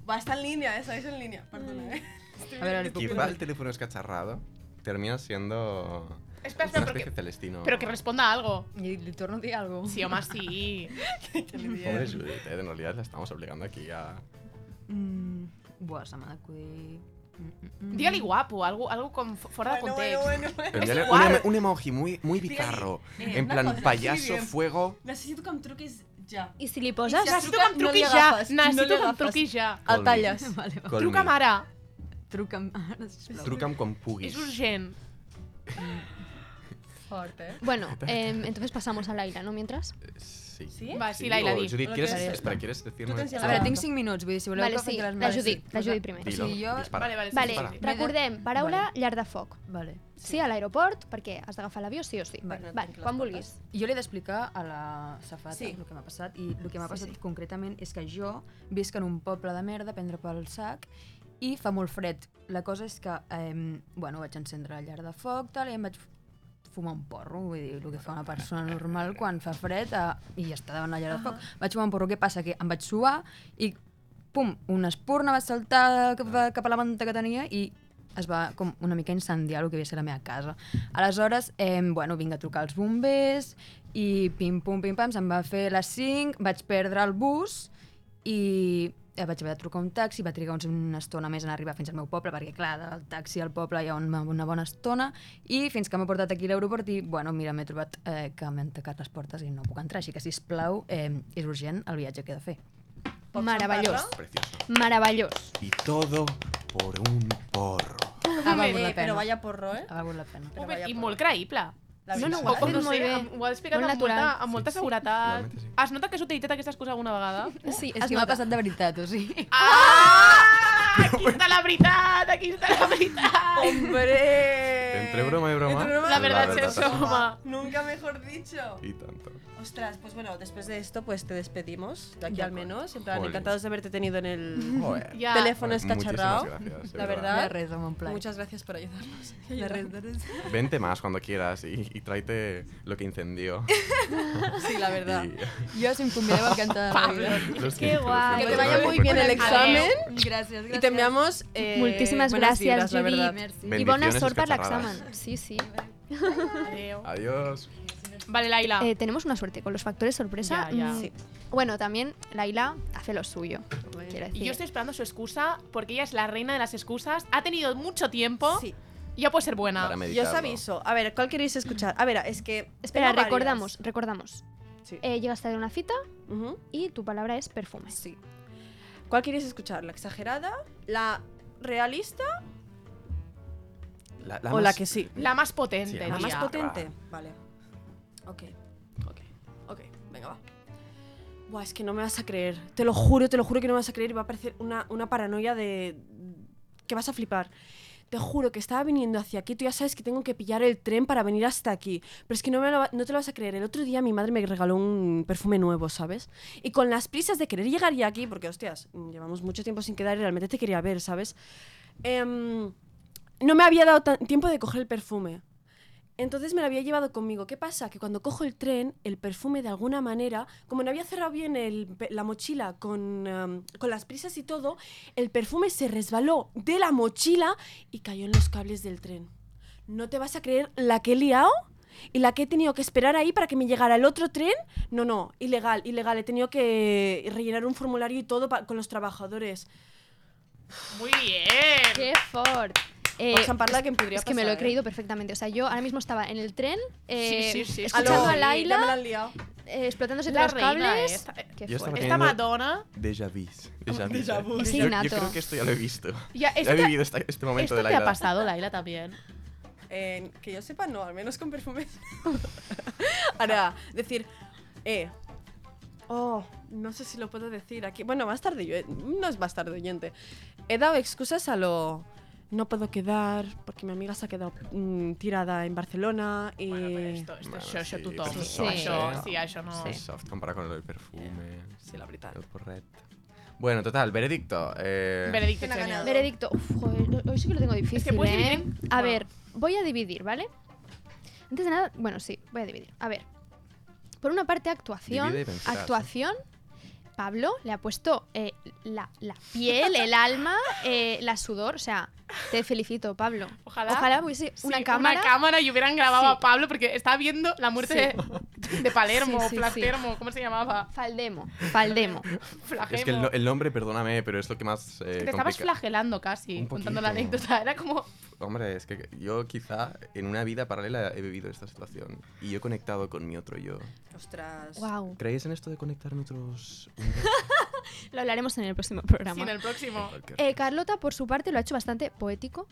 Speaker 12: Va, está en línea, ¿eh? Estáis en línea. Perdona, ¿eh? Estoy bien
Speaker 1: Quizá el teléfono es cacharrado. Termina siendo.
Speaker 5: Espera,
Speaker 1: una
Speaker 5: espera,
Speaker 1: especie
Speaker 5: pero que,
Speaker 1: celestino.
Speaker 5: pero que responda a algo.
Speaker 11: Y le torno a algo.
Speaker 5: Sí, o más sí.
Speaker 1: Pobre Judith, eh, de no liar, la estamos obligando aquí a.
Speaker 11: Mm, buah, se m'ha d'acudit. Mm, mm, mm.
Speaker 5: Dígale guapo, algo, algo con, fuera de contexto.
Speaker 1: Enviarle un,
Speaker 5: igual.
Speaker 1: emo- un emoji muy, muy bizarro.
Speaker 12: Eh,
Speaker 1: en
Speaker 12: una
Speaker 1: plan,
Speaker 12: cosa,
Speaker 1: payaso,
Speaker 12: escribe.
Speaker 1: fuego.
Speaker 12: Necessito que em truquis ja.
Speaker 7: I si li poses?
Speaker 5: Necessito que em truquis ja. Necessito que em truquis ja.
Speaker 1: Call me.
Speaker 12: El talles.
Speaker 6: [laughs]
Speaker 11: Vale,
Speaker 1: Call
Speaker 11: vale.
Speaker 1: Truca'm me.
Speaker 5: ara.
Speaker 11: Truca'm ara, sisplau.
Speaker 1: Truca'm quan puguis.
Speaker 5: Es urgent.
Speaker 12: Fort,
Speaker 6: [laughs]
Speaker 12: eh?
Speaker 7: bueno, eh, entonces pasamos a Laila, ¿no? Mientras.
Speaker 1: Sí.
Speaker 7: Sí? Va, sí,
Speaker 1: Sí,
Speaker 7: Laila,
Speaker 1: o
Speaker 7: di.
Speaker 1: Judith,
Speaker 7: Lo
Speaker 1: ¿quieres,
Speaker 7: que sea.
Speaker 1: espera, ¿quieres decirme?
Speaker 11: A veure, tinc 5 minuts, vull dir, si voleu
Speaker 7: Vale,
Speaker 11: que faci
Speaker 7: sí,
Speaker 11: les
Speaker 7: la
Speaker 11: males,
Speaker 7: Judit, la
Speaker 11: Posa-
Speaker 7: Judit primer.
Speaker 11: O sigui, jo...
Speaker 1: Dispara. Vale, vale, sí,
Speaker 7: Vale,
Speaker 1: dispara.
Speaker 7: recordem, paraula vale. llar de foc.
Speaker 11: Vale.
Speaker 7: Sí, a l'aeroport, perquè has d'agafar l'avió sí o sí. Vale,
Speaker 11: Vale.
Speaker 7: vale quan vulguis.
Speaker 11: Jo li he d'explicar a la safata
Speaker 7: Sí.
Speaker 11: sí. el que m'ha passat i el que m'ha
Speaker 7: Sí,
Speaker 11: passat
Speaker 7: sí.
Speaker 11: concretament és que jo visc en un poble de merda, prendre pel sac i fa molt fred. La cosa és que eh, bueno, vaig encendre la llar de foc tal, i em vaig fumar un porro, vull dir, el que fa una persona normal quan fa fred eh, i està davant la llar de foc. Vaig fumar un porro, què passa? Que em vaig suar i pum, una espurna va saltar cap, a- cap a la manta que tenia i es va com una mica incendiar el que havia de ser la meva casa. Aleshores, eh, bueno, vinc a trucar als bombers i pim-pum, pim-pam, se'm va fer les 5, vaig perdre el bus i eh, vaig haver de trucar un taxi, va trigar uns- una estona més en arribar fins al meu poble, perquè clar, del taxi al poble hi ha una, una bona estona, i fins que m'ha portat aquí a l'aeroport i, bueno, mira, m'he trobat eh, que m'han tacat les portes i no puc entrar, així que, sisplau, eh, és urgent el viatge que he de fer.
Speaker 7: Meravellós.
Speaker 1: Precioso.
Speaker 7: Meravellós.
Speaker 1: Y todo por un porro.
Speaker 11: Ha valgut Ah, la
Speaker 6: Eh, però
Speaker 11: pena.
Speaker 6: vaya porro, eh?
Speaker 11: Ha valgut la pena.
Speaker 5: Però I molt creïble.
Speaker 6: veritat.
Speaker 5: no, ho ha
Speaker 6: Sí,
Speaker 5: fet
Speaker 6: sí.
Speaker 5: no molt
Speaker 6: Sí,
Speaker 5: bé.
Speaker 6: sí.
Speaker 5: Ho ha explicat
Speaker 6: Molt
Speaker 5: amb molta,
Speaker 6: natural.
Speaker 5: amb molta
Speaker 6: Sí, sí.
Speaker 5: seguretat.
Speaker 6: Realment,
Speaker 5: Has notat que has utilitzat aquestes coses alguna [laughs] vegada?
Speaker 7: Sí,
Speaker 11: És que m'ha passat de veritat, o sigui...
Speaker 5: ¡Ah! Aquí està la veritat, aquí està la veritat.
Speaker 6: [laughs] [laughs]
Speaker 5: [laughs]
Speaker 6: ¡Hombre!
Speaker 1: Entre broma y broma.
Speaker 6: Entre broma
Speaker 5: La
Speaker 6: y
Speaker 5: verdad
Speaker 6: broma.
Speaker 5: se asoma.
Speaker 6: Nunca mejor dicho.
Speaker 1: Y tanto.
Speaker 6: Ostras, pues bueno, después de esto, pues te despedimos, de aquí
Speaker 13: De
Speaker 6: al
Speaker 13: acuerdo.
Speaker 6: menos. En plan,
Speaker 13: Jolín.
Speaker 6: encantados de haberte tenido en [laughs] el
Speaker 13: Joder.
Speaker 6: Ya. teléfono escacharrado. la verdad. Muchas gracias por [laughs] ayudarnos.
Speaker 11: De res, de res.
Speaker 1: Vente más cuando quieras y, y tráete lo que incendió.
Speaker 6: Sí, la verdad.
Speaker 5: [laughs]
Speaker 11: Jo, si em convideu,
Speaker 6: [laughs]
Speaker 11: encantada.
Speaker 6: Pablo.
Speaker 1: Lo siento,
Speaker 6: Qué
Speaker 1: lo siento,
Speaker 6: guay. Que te
Speaker 1: no
Speaker 6: vaya
Speaker 1: lo
Speaker 6: muy
Speaker 1: recuerdo.
Speaker 6: bien el examen.
Speaker 11: Gracias, gracias.
Speaker 6: Y te enviamos. eh,
Speaker 7: Moltíssimes
Speaker 6: buenas
Speaker 7: gràcies,
Speaker 6: vibras, la
Speaker 7: Judit.
Speaker 6: verdad.
Speaker 7: I bona
Speaker 1: Bendiciones,
Speaker 7: sort per
Speaker 1: escacharradas.
Speaker 7: l'examen. Sí, sí.
Speaker 5: Adeu.
Speaker 1: Adiós.
Speaker 5: Vale, Laila.
Speaker 7: Eh, tenemos una suerte con los factores sorpresa.
Speaker 5: Ah. Ya, ya.
Speaker 7: mm,
Speaker 5: Sí.
Speaker 7: Bueno, también Laila hace lo suyo. quiero
Speaker 5: Y
Speaker 7: decir.
Speaker 5: yo estoy esperando su excusa porque ella es la reina de las excusas. Ha tenido mucho tiempo. Ya puede ser buena.
Speaker 1: Para
Speaker 6: Yo os aviso. A ver, ¿cuál queréis escuchar? A ver, es que. tengo
Speaker 7: Espera,
Speaker 6: varias.
Speaker 7: recordamos, recordamos.
Speaker 6: Sí.
Speaker 7: Eh, llegas tarde a una cita
Speaker 6: Ujú.
Speaker 7: y tu palabra es perfume.
Speaker 6: Sí. ¿Cuál queréis escuchar? ¿La exagerada? ¿La realista?
Speaker 1: La,
Speaker 6: O la que sí.
Speaker 5: La más potente.
Speaker 6: la más potente. Vale. Ok. Ok. Ok. Venga, va. Buah, es que no me vas a creer. Te lo juro, te lo juro que no me vas a creer. Y va a parecer una, una paranoia de. que vas a flipar. Te juro que estaba viniendo hacia aquí. Tú ya sabes que tengo que pillar el tren para venir hasta aquí. Pero es que no, me lo va- no te lo vas a creer. El otro día mi madre me regaló un perfume nuevo, ¿sabes? Y con las prisas de querer llegar ya aquí, porque hostias, llevamos mucho tiempo sin quedar y realmente te quería ver, ¿sabes? Em, no me había dado tan- tiempo de coger el perfume. Entonces me lo había llevado conmigo. ¿Qué pasa? Que cuando cojo el tren, el perfume de alguna manera, como no había cerrado bien el pe- la mochila con, em, con las prisas y todo, el perfume se resbaló de la mochila y cayó en los cables del tren. No te vas a creer la que he liado y la que he tenido que esperar ahí para que me llegara el otro tren. No, no, ilegal, ilegal. He tenido que rellenar un formulario y todo pa- con los trabajadores.
Speaker 5: Muy bien.
Speaker 7: Qué fort. Eh,
Speaker 6: Vamos a parlar que em podria
Speaker 7: es que me lo
Speaker 6: passar,
Speaker 7: he
Speaker 6: eh.
Speaker 7: creído perfectamente. O sea, yo ahora mismo estaba en el tren eh,
Speaker 5: Sí, sí, sí.
Speaker 7: escuchando
Speaker 5: Aló,
Speaker 7: a
Speaker 5: sí, ya
Speaker 7: Laila
Speaker 5: me
Speaker 6: la han liado.
Speaker 7: eh, explotándose
Speaker 5: La
Speaker 7: los
Speaker 5: reina, eh.
Speaker 7: cables.
Speaker 5: Esta-
Speaker 7: Qué
Speaker 1: Yo estaba
Speaker 7: fuerte.
Speaker 1: teniendo
Speaker 5: Madonna.
Speaker 1: Déjà vu. Déjà vu.
Speaker 5: Déjà vu.
Speaker 1: Yo-
Speaker 5: Es
Speaker 1: Yo,
Speaker 5: innato.
Speaker 1: creo que esto ya lo he visto.
Speaker 5: Ya, esto
Speaker 1: he
Speaker 5: te-
Speaker 1: vivido esta- este momento
Speaker 5: ¿Esto
Speaker 1: de
Speaker 5: te
Speaker 1: la
Speaker 5: ha pasado, Laila, también?
Speaker 6: Eh, que yo sepa, no, al menos con perfumes. [laughs] Ahora, decir, eh, oh, no sé si lo puedo decir aquí. Bueno, más tarde, yo, no es más tarde, oyente. He dado excusas a lo. No puedo quedar porque mi amiga se ha quedado mm, tirada en Barcelona y.
Speaker 5: Esto es yo, yo, tú, todo.
Speaker 1: Pero
Speaker 5: Sí,
Speaker 1: soft,
Speaker 5: eso,
Speaker 1: eh.
Speaker 5: sí, eso no.
Speaker 1: Es Soft comparado con lo del perfume.
Speaker 6: Sí, la verdad.
Speaker 1: El porrete. Bueno, total, veredicto. Eh,
Speaker 5: Veredicto,
Speaker 7: ¿Quién ha
Speaker 5: Chenia.
Speaker 7: ganado? Veredicto. Uf, joder, hoy- hoy sí que lo tengo difícil.
Speaker 5: puedes
Speaker 7: ¿eh?
Speaker 5: dividir-
Speaker 7: A
Speaker 5: Bueno.
Speaker 7: ver, voy a dividir, ¿vale? Antes de nada, bueno, sí, voy a dividir. A ver. Por una parte, actuación.
Speaker 14: Divide y vencerás, ¿eh?
Speaker 7: Actuación. Pablo le ha puesto eh, la, la piel, el [laughs] alma, eh, la sudor. O sea, te felicito, Pablo.
Speaker 5: Ojalá.
Speaker 7: Ojalá hubiese
Speaker 5: Sí,
Speaker 7: una cámara.
Speaker 5: Una cámara y hubieran grabado
Speaker 7: Sí.
Speaker 5: a Pablo porque estaba viendo la muerte de, de Palermo,
Speaker 7: Sí, sí, sí.
Speaker 5: Platermo, ¿cómo se llamaba?
Speaker 7: Faldemo. [laughs] Faldemo.
Speaker 1: es que el, no- el nombre, perdóname, pero es lo que más. eh,
Speaker 5: Te estabas
Speaker 1: complica-
Speaker 5: flagelando casi,
Speaker 1: Un
Speaker 5: contando la
Speaker 1: poquito.
Speaker 5: anécdota. Era como.
Speaker 1: Hombre, es que yo quizá en una vida paralela he vivido esta situación y yo he conectado con mi otro yo.
Speaker 6: Ostras.
Speaker 7: Guau.
Speaker 1: ¿Creéis en esto de conectar nuestros...
Speaker 7: Lo hablaremos en el próximo programa.
Speaker 5: Sí, en el próximo.
Speaker 7: Eh, Carlota, por su parte, lo ha hecho bastante poético,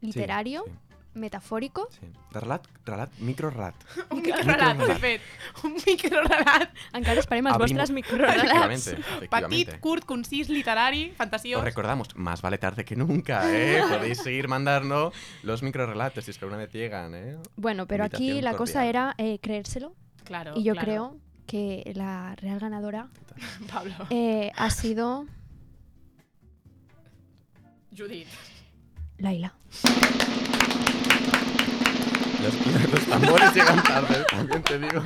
Speaker 7: literario, metafórico.
Speaker 1: Ralat, ralat, micro
Speaker 6: [laughs]
Speaker 1: rat.
Speaker 5: Un
Speaker 1: microrelat.
Speaker 5: microrelat, de fet. Un microrelat.
Speaker 7: Encara esperem els
Speaker 1: Abrim-
Speaker 7: vostres
Speaker 1: Efectivamente,
Speaker 7: microrelats.
Speaker 1: efectivamente.
Speaker 5: Petit, curt, concís, literari, fantasiós.
Speaker 1: Os recordamos, más vale tarde que nunca,
Speaker 6: [laughs]
Speaker 1: ¿eh? Podéis seguir mandando los microrelatos si es que alguna vez llegan, ¿eh?
Speaker 7: [laughs] Bueno, pero aquí
Speaker 1: Invitación
Speaker 7: la cosa
Speaker 1: cordial.
Speaker 7: era eh, creérselo.
Speaker 5: Claro,
Speaker 7: Y yo
Speaker 5: claro.
Speaker 7: creo que la real ganadora
Speaker 5: [laughs] Pablo.
Speaker 7: eh, ha sido
Speaker 5: Judith.
Speaker 7: Laila.
Speaker 1: Los, [laughs] los tambores llegan tarde, también te digo.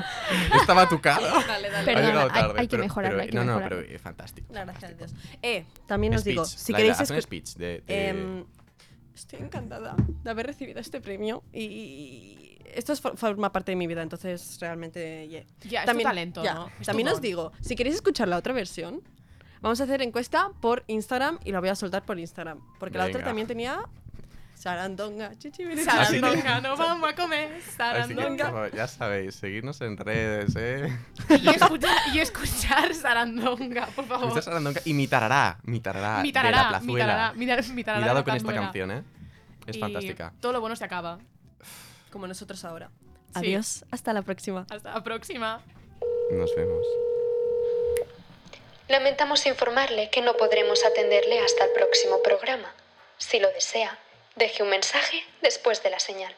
Speaker 1: Estaba tu cara.
Speaker 6: Dale, dale.
Speaker 1: Ha
Speaker 6: Perdona,
Speaker 1: llegado
Speaker 6: hay-
Speaker 1: tarde,
Speaker 6: hay que
Speaker 1: pero-
Speaker 6: mejorarlo,
Speaker 1: pero-
Speaker 6: hay que
Speaker 1: No, no,
Speaker 6: mejorarlo.
Speaker 1: pero es fantástico.
Speaker 6: No, gracias a Dios. Eh, también os digo,
Speaker 1: Speech.
Speaker 6: si
Speaker 1: Laila,
Speaker 6: queréis
Speaker 1: haz un
Speaker 6: escu-
Speaker 1: speech de- de-
Speaker 6: Em, Estoy encantada de haber recibido este premio y esto es for- forma parte de mi vida, entonces realmente... yeah.
Speaker 5: Ya, Ah, es tu talento,
Speaker 6: ya.
Speaker 5: ¿no? Es tu
Speaker 6: También os
Speaker 5: don.
Speaker 6: digo, si queréis escuchar la otra versión, vamos a hacer encuesta por Instagram y la voy a soltar por Instagram, porque la otra
Speaker 5: Venga.
Speaker 6: también tenía... Sarandonga, chichibiri.
Speaker 5: Sarandonga, no vamos a comer.
Speaker 1: Así que,
Speaker 5: Sarandonga.
Speaker 1: por favor, ya sabéis, seguidnos en redes, ¿eh?
Speaker 5: Y escuchar, y escuchar Sarandonga, por favor.
Speaker 1: Mr. Sarandonga y mi tarará, mi tarará,
Speaker 5: Mi
Speaker 1: Ah, de la
Speaker 5: tarará, mi
Speaker 1: plazuela.
Speaker 5: tarará, mi tar- mi tarará
Speaker 1: Cuidado
Speaker 5: era
Speaker 1: con
Speaker 5: tan
Speaker 1: esta
Speaker 5: buena.
Speaker 1: canción, ¿eh? Es
Speaker 5: Y
Speaker 1: fantástica.
Speaker 5: Todo lo bueno se acaba.
Speaker 6: Como nosotros ahora.
Speaker 5: Sí.
Speaker 6: Adiós, hasta la próxima.
Speaker 5: Hasta la próxima.
Speaker 1: Nos vemos.
Speaker 8: Lamentamos informarle que no podremos atenderle hasta el próximo programa. Si lo desea, deje un mensaje después de la señal.